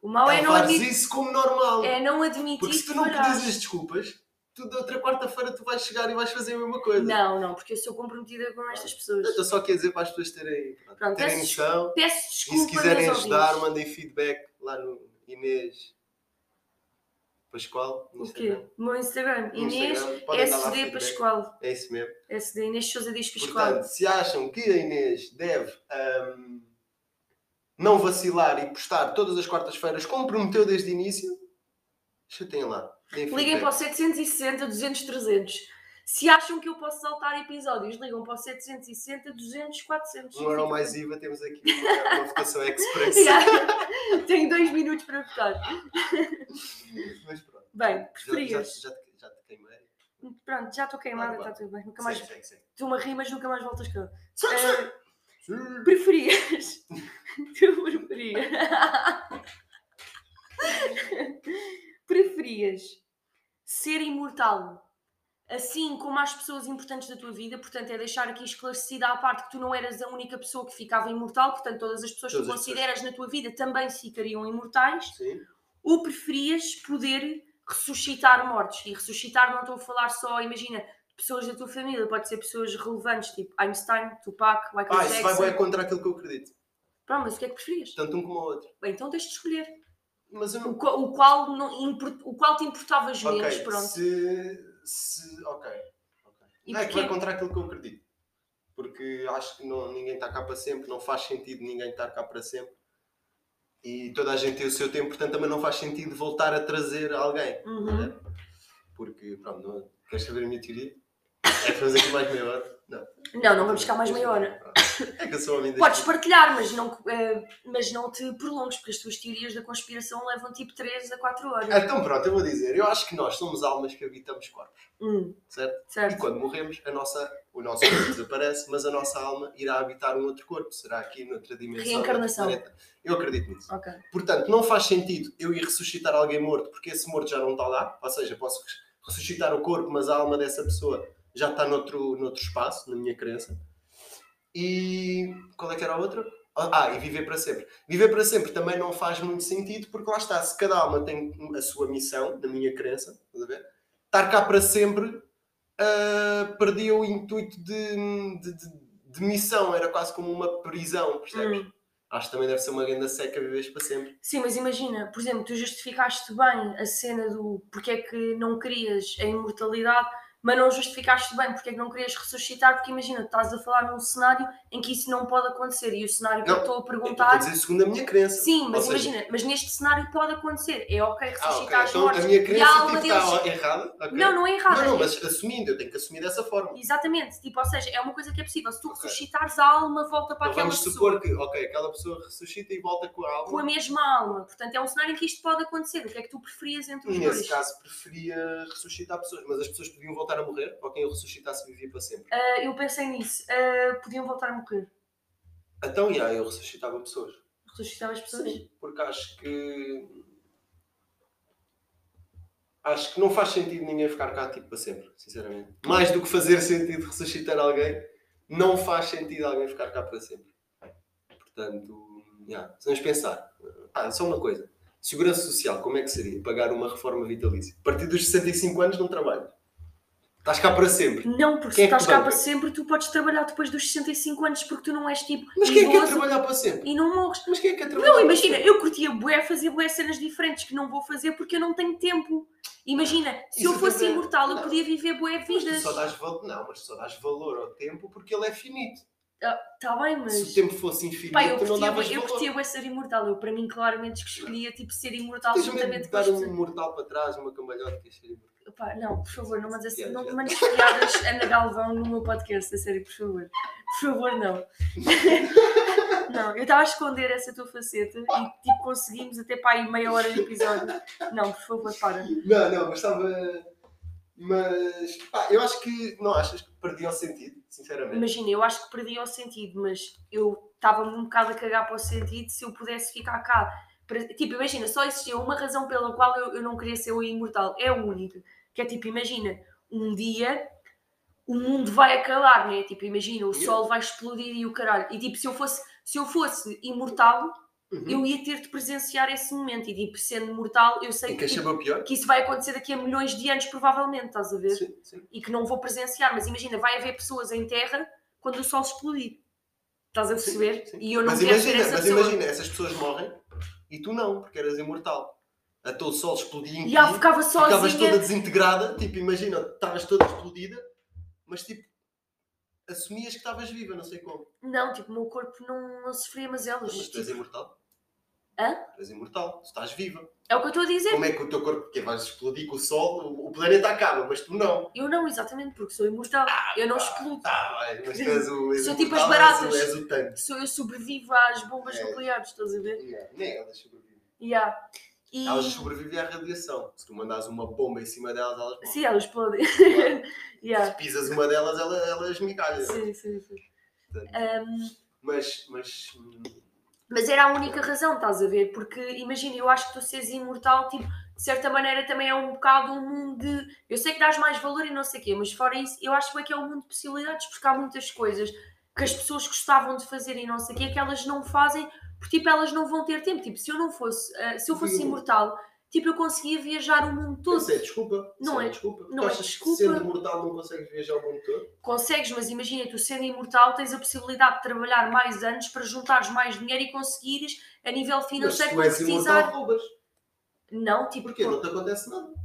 Speaker 1: o mal é não,
Speaker 2: Levares
Speaker 1: admitir,
Speaker 2: isso como normal.
Speaker 1: é não admitir
Speaker 2: Tá Porque se tu
Speaker 1: que
Speaker 2: não
Speaker 1: falhaste.
Speaker 2: pedires as desculpas, tu da outra quarta-feira tu vais chegar e vais fazer a mesma coisa.
Speaker 1: Não, não, porque eu sou comprometida com estas pessoas.
Speaker 2: Eu só quero dizer para as pessoas terem,
Speaker 1: Pronto,
Speaker 2: terem
Speaker 1: peço
Speaker 2: noção.
Speaker 1: Peço
Speaker 2: Então, E
Speaker 1: desculpa.
Speaker 2: se quiserem
Speaker 1: meus
Speaker 2: ajudar,
Speaker 1: ouvintes.
Speaker 2: mandem feedback lá no Inês Pascoal. No
Speaker 1: O quê?
Speaker 2: Instagram.
Speaker 1: O meu Instagram,
Speaker 2: No
Speaker 1: Inês
Speaker 2: Instagram, podem dar lá
Speaker 1: SD
Speaker 2: feedback.
Speaker 1: Pascoal.
Speaker 2: É isso mesmo.
Speaker 1: SD Inês Souza diz Pascoal.
Speaker 2: Portanto, se acham que a Inês deve ahm, não vacilar e postar todas as quartas-feiras, como prometeu desde o início, chateiem lá. Deem
Speaker 1: Liguem
Speaker 2: feedback.
Speaker 1: para o 760 200 300. Se acham que eu posso saltar episódios, ligam para o 760 200 400.
Speaker 2: Um
Speaker 1: *laughs*
Speaker 2: euro mais IVA, temos aqui uma, uma votação express.
Speaker 1: Yeah. Tenho dois minutos para votar.
Speaker 2: Mas pronto.
Speaker 1: Bem,
Speaker 2: Já- já,
Speaker 1: preferias.
Speaker 2: já, te- já te queimei.
Speaker 1: Pronto, já estou queimada, está
Speaker 2: Bora, bora.
Speaker 1: tudo bem. Nunca mais.
Speaker 2: Segue, segue, segue.
Speaker 1: Tu uma rimas, nunca mais voltas cá.
Speaker 2: Segue, segue.
Speaker 1: Eh,
Speaker 2: *laughs*
Speaker 1: preferias. tu preferias. preferias ser imortal assim como as pessoas importantes da tua vida, portanto, é deixar aqui esclarecida a parte que tu não eras a única pessoa que ficava imortal, portanto, todas as pessoas
Speaker 2: Todas
Speaker 1: que
Speaker 2: as pessoas.
Speaker 1: consideras na tua vida também ficariam imortais
Speaker 2: Sim.
Speaker 1: ou preferias poder ressuscitar mortos? E ressuscitar não estou a falar só, imagina, pessoas da tua família, pode ser pessoas relevantes, tipo Einstein, Tupac, Michael
Speaker 2: Ah, isso vai
Speaker 1: Jackson.
Speaker 2: bem contra aquilo que eu acredito.
Speaker 1: Pronto, mas o que é que preferias?
Speaker 2: Tanto um como o outro.
Speaker 1: Bem, então tens de escolher
Speaker 2: Mas eu
Speaker 1: o,
Speaker 2: não.
Speaker 1: qua- o qual, não, impor- o qual te importavas menos,
Speaker 2: Ok,
Speaker 1: pronto.
Speaker 2: se. se ok. ok.
Speaker 1: E
Speaker 2: Não, é que
Speaker 1: porquê?
Speaker 2: vai contra aquilo que eu acredito. Porque acho que não, ninguém está cá para sempre, não faz sentido ninguém estar cá para sempre. E toda a gente tem o seu tempo, portanto também não faz sentido voltar a trazer alguém.
Speaker 1: Uhum.
Speaker 2: né? Porque, pronto, não, é? queres saber a minha teoria? É fazer aqui mais meia hora? Não.
Speaker 1: Não, não vamos ficar mais meia hora.
Speaker 2: É que eu sou homem deste
Speaker 1: Podes
Speaker 2: tipo.
Speaker 1: partilhar, mas não, eh, mas não te prolongues, porque as tuas teorias da conspiração levam tipo 3 a 4 horas.
Speaker 2: Então pronto, eu vou dizer. Eu acho que nós somos almas que habitamos corpos,
Speaker 1: Hum,
Speaker 2: certo? E
Speaker 1: certo.
Speaker 2: quando morremos, a nossa, o nosso corpo desaparece, mas a nossa alma irá habitar um outro corpo. Será aqui noutra dimensão.
Speaker 1: Reencarnação.
Speaker 2: noutro planeta. Eu acredito nisso.
Speaker 1: Ok.
Speaker 2: Portanto, não faz sentido eu ir ressuscitar alguém morto, porque esse morto já não está lá. Ou seja, posso res- ressuscitar o corpo, mas a alma dessa pessoa já está noutro, noutro espaço, na minha crença. E qual é que era a outra? Ah, e viver para sempre. Viver para sempre também não faz muito sentido, porque lá está, se cada alma tem a sua missão, na minha crença, estás a ver? Estar cá para sempre ah, perdia o intuito de, de- de- demissão era quase como uma
Speaker 1: Hum.
Speaker 2: prisão, percebes? Acho que também deve ser uma grande seca viveres para sempre.
Speaker 1: Sim, mas imagina, por exemplo, tu justificaste bem a cena do porque é que não querias a imortalidade, mas não justificaste bem porque é que não querias ressuscitar, porque imagina, tu estás a falar num cenário em que isso não pode acontecer e o cenário que eu
Speaker 2: Não,
Speaker 1: estou a
Speaker 2: Eu Estou a
Speaker 1: perguntar.
Speaker 2: dizer segundo a minha crença.
Speaker 1: Sim, mas
Speaker 2: Ou seja-
Speaker 1: imagina, mas neste cenário pode acontecer. É ok
Speaker 2: Ah, ok.
Speaker 1: ressuscitar os
Speaker 2: Então a
Speaker 1: mortos.
Speaker 2: minha
Speaker 1: e a
Speaker 2: crença
Speaker 1: alma
Speaker 2: tipo,
Speaker 1: deles.
Speaker 2: está errada. ok?
Speaker 1: Não, não é errado.
Speaker 2: Não, não,
Speaker 1: é-
Speaker 2: mas assumindo, eu tenho que assumir dessa forma.
Speaker 1: Exatamente, tipo, ou seja, é uma coisa que é possível. Se tu
Speaker 2: Ok.
Speaker 1: ressuscitares, a alma volta para
Speaker 2: Então
Speaker 1: aquela
Speaker 2: vamos
Speaker 1: é pessoa.
Speaker 2: supor que, ok, aquela pessoa ressuscita e volta com a alma.
Speaker 1: Com a mesma alma. Portanto, é um cenário em que isto pode acontecer. O que é que tu preferias entre os
Speaker 2: Nesse
Speaker 1: dois?
Speaker 2: caso, preferia ressuscitar pessoas, mas as pessoas podiam voltar a morrer, ou quem eu ressuscitasse vivia para sempre.
Speaker 1: Ah, eu pensei nisso. Ah, podiam voltar a morrer.
Speaker 2: Então, já, eu ressuscitava pessoas.
Speaker 1: Ressuscitar as pessoas?
Speaker 2: Porque acho que. Acho que não faz sentido ninguém ficar cá tipo para sempre, sinceramente. Mais do que fazer sentido ressuscitar alguém, não faz sentido alguém ficar cá para sempre. Portanto, já, se vamos pensar. Ah, só uma coisa. Segurança Social, como é que seria? Pagar uma reforma vitalícia. A partir dos 65 anos não trabalho. Estás cá para sempre.
Speaker 1: Não, porque se
Speaker 2: Quem é que
Speaker 1: estás cá
Speaker 2: banca?
Speaker 1: para sempre, tu podes trabalhar depois dos 65 anos, porque tu não és tipo.
Speaker 2: Mas quem é que quer
Speaker 1: idoso
Speaker 2: trabalhar para sempre?
Speaker 1: E não morres.
Speaker 2: Mas quem é que quer trabalhar
Speaker 1: Não,
Speaker 2: para
Speaker 1: imagina,
Speaker 2: sempre?
Speaker 1: eu curtia bué fazer bué cenas diferentes que não vou fazer porque eu não tenho tempo. Imagina, se
Speaker 2: Isso
Speaker 1: eu fosse
Speaker 2: também-
Speaker 1: imortal, eu
Speaker 2: não.
Speaker 1: podia viver bué
Speaker 2: Mas tu
Speaker 1: vidas.
Speaker 2: só dás valor. Não, mas tu só dás valor ao tempo porque ele é finito.
Speaker 1: Está Tá bem,
Speaker 2: Se o
Speaker 1: mas.
Speaker 2: tempo fosse infinito,
Speaker 1: Pá, eu
Speaker 2: tu não
Speaker 1: curtia,
Speaker 2: davas
Speaker 1: bué- eu
Speaker 2: valor.
Speaker 1: curtia bué ser imortal. Eu, para mim, claramente que escolhia tipo, ser imortal
Speaker 2: Tens medo de
Speaker 1: juntamente com as
Speaker 2: dar um
Speaker 1: pessoas.
Speaker 2: mortal para trás, uma cambalhota que é seja imortal.
Speaker 1: Pá, não, por favor, não mandes,
Speaker 2: Piada,
Speaker 1: não
Speaker 2: piada.
Speaker 1: mandes piadas Ana Galvão no meu podcast, a sério, por favor. Por favor, não. *laughs* não, eu estava a esconder essa tua faceta e tipo, conseguimos até para aí meia hora de episódio. Não, por favor, para.
Speaker 2: Não, não, mas estava. Mas. pá, eu acho que. Não achas que perdi o sentido, sinceramente.
Speaker 1: Imagina, eu acho que perdi o sentido, mas eu estava-me um bocado a cagar para o sentido se eu pudesse ficar cá. Para- Tipo, imagina, só existia uma razão pela qual eu, eu não queria ser o imortal. É a única. Que é tipo, imagina, um dia o mundo vai acabar, né? Tipo, imagina, o
Speaker 2: Yeah.
Speaker 1: sol vai explodir e o caralho. E tipo, se eu fosse, se eu fosse imortal,
Speaker 2: Uhum.
Speaker 1: eu ia ter de presenciar esse momento. E tipo, sendo mortal, eu sei
Speaker 2: E
Speaker 1: que,
Speaker 2: quem
Speaker 1: tipo,
Speaker 2: chama o pior?
Speaker 1: que isso vai acontecer daqui a milhões de anos, provavelmente, estás a ver?
Speaker 2: Sim, sim.
Speaker 1: e que não vou presenciar, mas imagina, vai haver pessoas em terra quando o sol explodir. Estás a perceber?
Speaker 2: sim.
Speaker 1: E eu não
Speaker 2: Mas
Speaker 1: quero
Speaker 2: imagina,
Speaker 1: ser essa
Speaker 2: mas
Speaker 1: pessoa.
Speaker 2: imagina, essas pessoas morrem e tu não, porque eras imortal. A teu sol explodia em
Speaker 1: E ela
Speaker 2: ti,
Speaker 1: ficava
Speaker 2: Ficavas
Speaker 1: sozinha.
Speaker 2: toda desintegrada, tipo, imagina, estavas toda explodida, mas tipo, assumias que estavas viva, não sei como.
Speaker 1: Não, tipo, o meu corpo não, não sofria mazelas.
Speaker 2: Mas tu és
Speaker 1: Tipo,
Speaker 2: imortal.
Speaker 1: Hã?
Speaker 2: Tu és imortal, tu estás viva.
Speaker 1: é o que eu estou a dizer.
Speaker 2: Como é que o teu corpo, porque vais explodir com o sol, o, o planeta acaba, mas tu não.
Speaker 1: Eu não, exatamente, porque sou imortal.
Speaker 2: Ah,
Speaker 1: eu não explodo.
Speaker 2: Tá, bem, mas tu és o. És
Speaker 1: Sou
Speaker 2: o
Speaker 1: tipo as
Speaker 2: imortal, és o-
Speaker 1: baratas.
Speaker 2: És o tanque.
Speaker 1: Sou, eu sobrevivo às bombas
Speaker 2: É.
Speaker 1: nucleares, estás a ver?
Speaker 2: Não, Nem elas sobrevivem.
Speaker 1: Yeah. E...
Speaker 2: Elas sobrevivem à radiação. Se tu mandares uma bomba em cima delas, elas morrem.
Speaker 1: Sim, elas podem. *laughs* yeah.
Speaker 2: Se pisas uma delas, ela- elas migalham.
Speaker 1: Sim, sim, sim.
Speaker 2: Portanto,
Speaker 1: Ahm,
Speaker 2: Mas, mas. hum,
Speaker 1: Mas era a única razão, estás a ver? Porque imagina, eu acho que tu seres imortal, tipo, de certa maneira também é um bocado um mundo de. Eu sei que dás mais valor e não sei o quê, mas fora isso, eu acho bem que é um mundo de possibilidades, porque há muitas coisas que as pessoas gostavam de fazer e não sei o quê, que elas não fazem, porque tipo, elas não vão ter tempo. Tipo, se eu não fosse, ah, se eu fosse
Speaker 2: Sim.
Speaker 1: imortal, tipo, eu conseguia viajar o mundo todo.
Speaker 2: Isso é desculpa.
Speaker 1: Não
Speaker 2: Isso
Speaker 1: é-
Speaker 2: desculpa.
Speaker 1: não
Speaker 2: Tu
Speaker 1: é
Speaker 2: achas
Speaker 1: desculpa.
Speaker 2: Que sendo mortal não consegues viajar o mundo todo?
Speaker 1: Consegues, mas imagina, tu sendo imortal, tens a possibilidade de trabalhar mais anos para juntares mais dinheiro e conseguires, a nível
Speaker 2: Mas se
Speaker 1: financeiro,
Speaker 2: tu és
Speaker 1: concretizar.
Speaker 2: imortal, roubas.
Speaker 1: Não, tipo,
Speaker 2: Porquê? Não te acontece nada.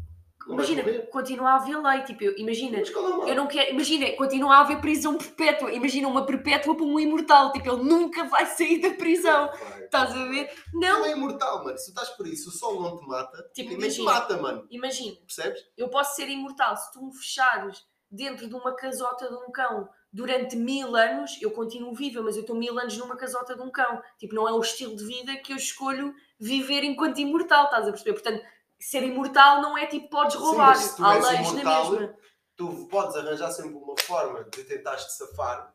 Speaker 2: Não vais
Speaker 1: Imagina,
Speaker 2: morrer.
Speaker 1: continua a haver lei, tipo, eu- imagina,
Speaker 2: Mas qual é o mal?
Speaker 1: eu não quero, imagina, continua a haver prisão perpétua, imagina uma perpétua para um imortal, tipo, ele nunca vai sair da prisão,
Speaker 2: Vai.
Speaker 1: estás a ver?
Speaker 2: Ele
Speaker 1: Não,
Speaker 2: é imortal, mano. Se tu estás por isso, o sol não te mata,
Speaker 1: Tipo,
Speaker 2: ninguém te
Speaker 1: imagina.
Speaker 2: mata, mano.
Speaker 1: imagina,
Speaker 2: Percebes?
Speaker 1: eu posso ser imortal se tu me fechares dentro de uma casota de um cão durante mil anos, eu continuo viva, mas eu estou mil anos numa casota de um cão, tipo, não é o estilo de vida que eu escolho viver enquanto imortal, estás a perceber? Portanto, ser imortal não é tipo, podes
Speaker 2: Sim,
Speaker 1: roubar,
Speaker 2: mas se tu
Speaker 1: há
Speaker 2: és
Speaker 1: leis na
Speaker 2: imortal,
Speaker 1: mesma.
Speaker 2: Tu podes arranjar sempre uma forma de tentar te safar,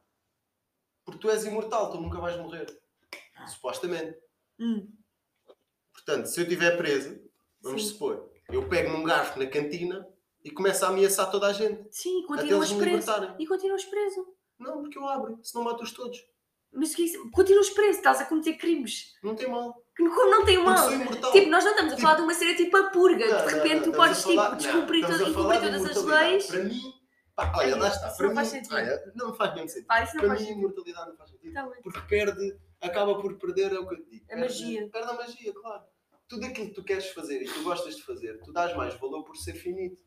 Speaker 2: porque tu és imortal, tu nunca vais morrer.
Speaker 1: Ah.
Speaker 2: Supostamente.
Speaker 1: Hum,
Speaker 2: Portanto, se eu estiver preso, vamos
Speaker 1: sim.
Speaker 2: supor, eu pego num garfo na cantina e começo a ameaçar toda a gente.
Speaker 1: Sim,
Speaker 2: até um eles
Speaker 1: continuas
Speaker 2: me
Speaker 1: preso.
Speaker 2: libertarem.
Speaker 1: E continuas preso.
Speaker 2: Não, porque eu abro, senão mato-os todos.
Speaker 1: Mas que isso? Continuas preso, estás a cometer crimes.
Speaker 2: Não tem mal.
Speaker 1: Que não, não tem
Speaker 2: Porque
Speaker 1: mal.
Speaker 2: sou imortal.
Speaker 1: Tipo, nós não estamos a
Speaker 2: Tipo-
Speaker 1: falar de uma cena tipo a purga.
Speaker 2: Não,
Speaker 1: de
Speaker 2: não,
Speaker 1: repente
Speaker 2: não,
Speaker 1: tu
Speaker 2: estamos
Speaker 1: podes
Speaker 2: a falar-
Speaker 1: tipo, descumprir
Speaker 2: não,
Speaker 1: todas,
Speaker 2: estamos a
Speaker 1: e cumprir
Speaker 2: falar de
Speaker 1: todas as
Speaker 2: imortalidade.
Speaker 1: leis.
Speaker 2: Para mim, Pá, olha, lá está.
Speaker 1: isso
Speaker 2: Para
Speaker 1: não faz
Speaker 2: mim,
Speaker 1: sentido.
Speaker 2: olha, não faz mesmo sentido.
Speaker 1: Pá, isso não
Speaker 2: Para
Speaker 1: faz
Speaker 2: mim, a
Speaker 1: sentido.
Speaker 2: imortalidade não faz sentido.
Speaker 1: Tá bem.
Speaker 2: Porque perde, acaba por perder, é o que eu te digo.
Speaker 1: A
Speaker 2: Perde-
Speaker 1: magia.
Speaker 2: Perde a magia, claro. Tudo aquilo que tu queres fazer e que tu gostas de fazer, tu dás mais valor por ser finito.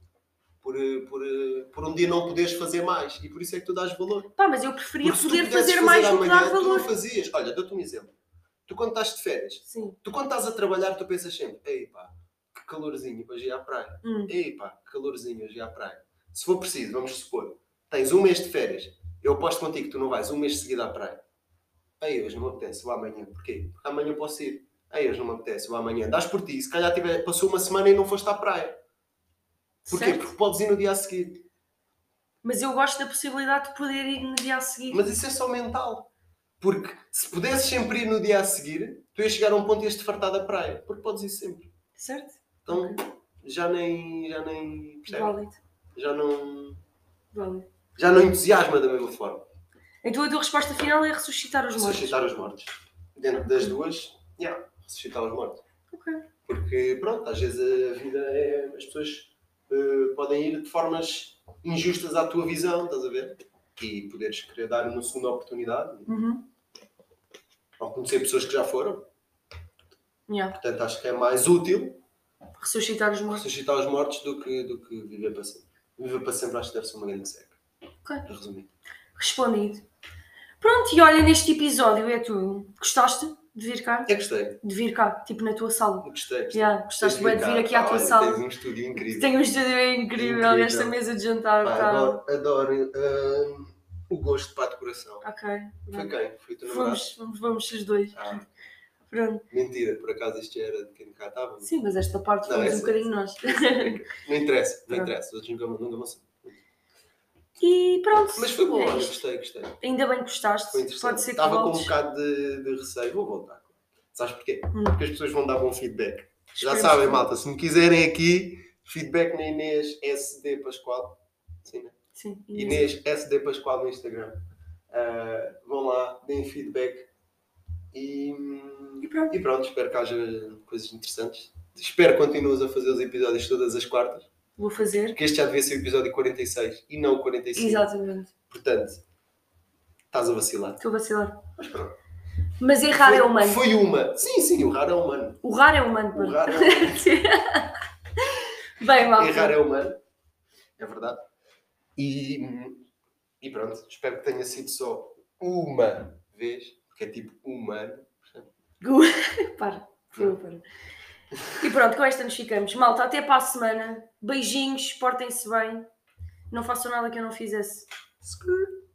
Speaker 2: Por, eh, por, eh, por um dia não poderes fazer mais. E por isso é que tu dás valor.
Speaker 1: Pá, mas eu preferia
Speaker 2: Porque se tu
Speaker 1: poder
Speaker 2: pudesses
Speaker 1: fazer mais do que
Speaker 2: amanhã,
Speaker 1: dar
Speaker 2: tu não
Speaker 1: valor.
Speaker 2: fazias. Olha, dou-te um exemplo. Tu quando estás de férias,
Speaker 1: Sim.
Speaker 2: tu quando estás a trabalhar, tu pensas sempre, ei pá, que calorzinho hoje ir à praia.
Speaker 1: Hum.
Speaker 2: Ei pá, que calorzinho hoje ir à praia. Se for preciso, vamos supor, tens um mês de férias, eu aposto contigo que tu não vais um mês seguido à praia. Ei, hoje não me apetece, vou amanhã. Porquê? Porque amanhã eu posso ir. Ei, hoje não me apetece, vou amanhã. Dás por ti, se calhar tiver, passou uma semana e não foste à praia. Porquê?
Speaker 1: Certo?
Speaker 2: Porque podes ir no dia a seguir.
Speaker 1: Mas eu gosto da possibilidade de poder ir no dia a seguir.
Speaker 2: Mas isso é só mental. Porque se pudesses sempre ir no dia a seguir, tu ias chegar a um ponto e ias te fartar da praia. Porque podes ir sempre.
Speaker 1: Certo?
Speaker 2: Então já nem. Já nem. percebe?
Speaker 1: Válido.
Speaker 2: Já não.
Speaker 1: Válido.
Speaker 2: Já não entusiasma da mesma forma.
Speaker 1: Então a tua resposta final é ressuscitar os mortos.
Speaker 2: Ressuscitar os mortos. Dentro das duas, yeah, ressuscitar os mortos.
Speaker 1: Ok.
Speaker 2: Porque, pronto, às vezes a vida é. As pessoas eh, podem ir de formas injustas à tua visão, estás a ver? E poderes querer dar uma segunda oportunidade.
Speaker 1: Uhum.
Speaker 2: Ao conhecer pessoas que já foram.
Speaker 1: Yeah.
Speaker 2: Portanto, acho que é mais útil
Speaker 1: Ressuscitar os mortos.
Speaker 2: ressuscitar os mortos do que, do que viver para sempre. Viver para sempre acho que deve ser uma grande seca.
Speaker 1: Ok.
Speaker 2: Para resumir.
Speaker 1: Respondido. Pronto, e olha, neste episódio é tudo. Gostaste de vir cá?
Speaker 2: Eu É gostei,
Speaker 1: De vir cá, tipo na tua sala.
Speaker 2: gostei. gostei.
Speaker 1: Yeah, gostaste bem de vir
Speaker 2: Obrigado.
Speaker 1: aqui à tua
Speaker 2: Olha,
Speaker 1: sala.
Speaker 2: Tens um estúdio incrível.
Speaker 1: Tenho um estúdio incrível,
Speaker 2: Incrível.
Speaker 1: esta mesa de jantar.
Speaker 2: Pá,
Speaker 1: tá.
Speaker 2: adoro adoro hum, o gosto para a decoração.
Speaker 1: Ok.
Speaker 2: Foi quem? Foi o teu namorado?
Speaker 1: Vamos, vamos, vamos os dois.
Speaker 2: Ah,
Speaker 1: Pronto.
Speaker 2: mentira, por acaso isto já era de quem cá estava. mas
Speaker 1: Sim, mas esta parte
Speaker 2: Não,
Speaker 1: fomos
Speaker 2: essa- é
Speaker 1: um bocadinho nós.
Speaker 2: Não interessa, não
Speaker 1: Pronto.
Speaker 2: interessa. Outros nunca, nunca vão saber.
Speaker 1: *laughs* e pronto.
Speaker 2: Mas foi bom,
Speaker 1: É
Speaker 2: olha,
Speaker 1: isto.
Speaker 2: gostei, gostei.
Speaker 1: Ainda bem que gostaste.
Speaker 2: Foi interessante.
Speaker 1: Pode ser que
Speaker 2: Estava com um
Speaker 1: voltes.
Speaker 2: bocado de, de receio. Vou voltar. Sabes porquê?
Speaker 1: Hum.
Speaker 2: Porque as pessoas vão dar bom feedback. Já
Speaker 1: Esperemos
Speaker 2: sabem,
Speaker 1: que-
Speaker 2: malta, se me quiserem aqui, feedback na Inês SD Pascoal. Sim, né?
Speaker 1: Sim, Inês.
Speaker 2: Inês SD Pascoal no Instagram. Ah, vão lá, deem feedback. E,
Speaker 1: E pronto.
Speaker 2: e pronto, espero que haja coisas interessantes. Espero que continues a fazer os episódios todas as quartas.
Speaker 1: Vou fazer.
Speaker 2: Porque este já devia ser o episódio 46 e não o 45.
Speaker 1: Exatamente.
Speaker 2: Portanto, estás a vacilar.
Speaker 1: Estou a vacilar.
Speaker 2: Mas pronto.
Speaker 1: Mas errar é
Speaker 2: foi,
Speaker 1: humano.
Speaker 2: foi uma. Sim, sim, o raro é humano.
Speaker 1: O raro é humano.
Speaker 2: O
Speaker 1: pronto.
Speaker 2: raro é
Speaker 1: *laughs*
Speaker 2: humano.
Speaker 1: Bem, malta.
Speaker 2: Errar é humano, é verdade. E, e pronto, espero que tenha sido só uma vez, porque é tipo humano.
Speaker 1: Gu- para, por favor, para. E pronto, com esta nos ficamos. Malta, até para a semana. Beijinhos, portem-se bem. Não façam nada que eu não fizesse. Skrrt.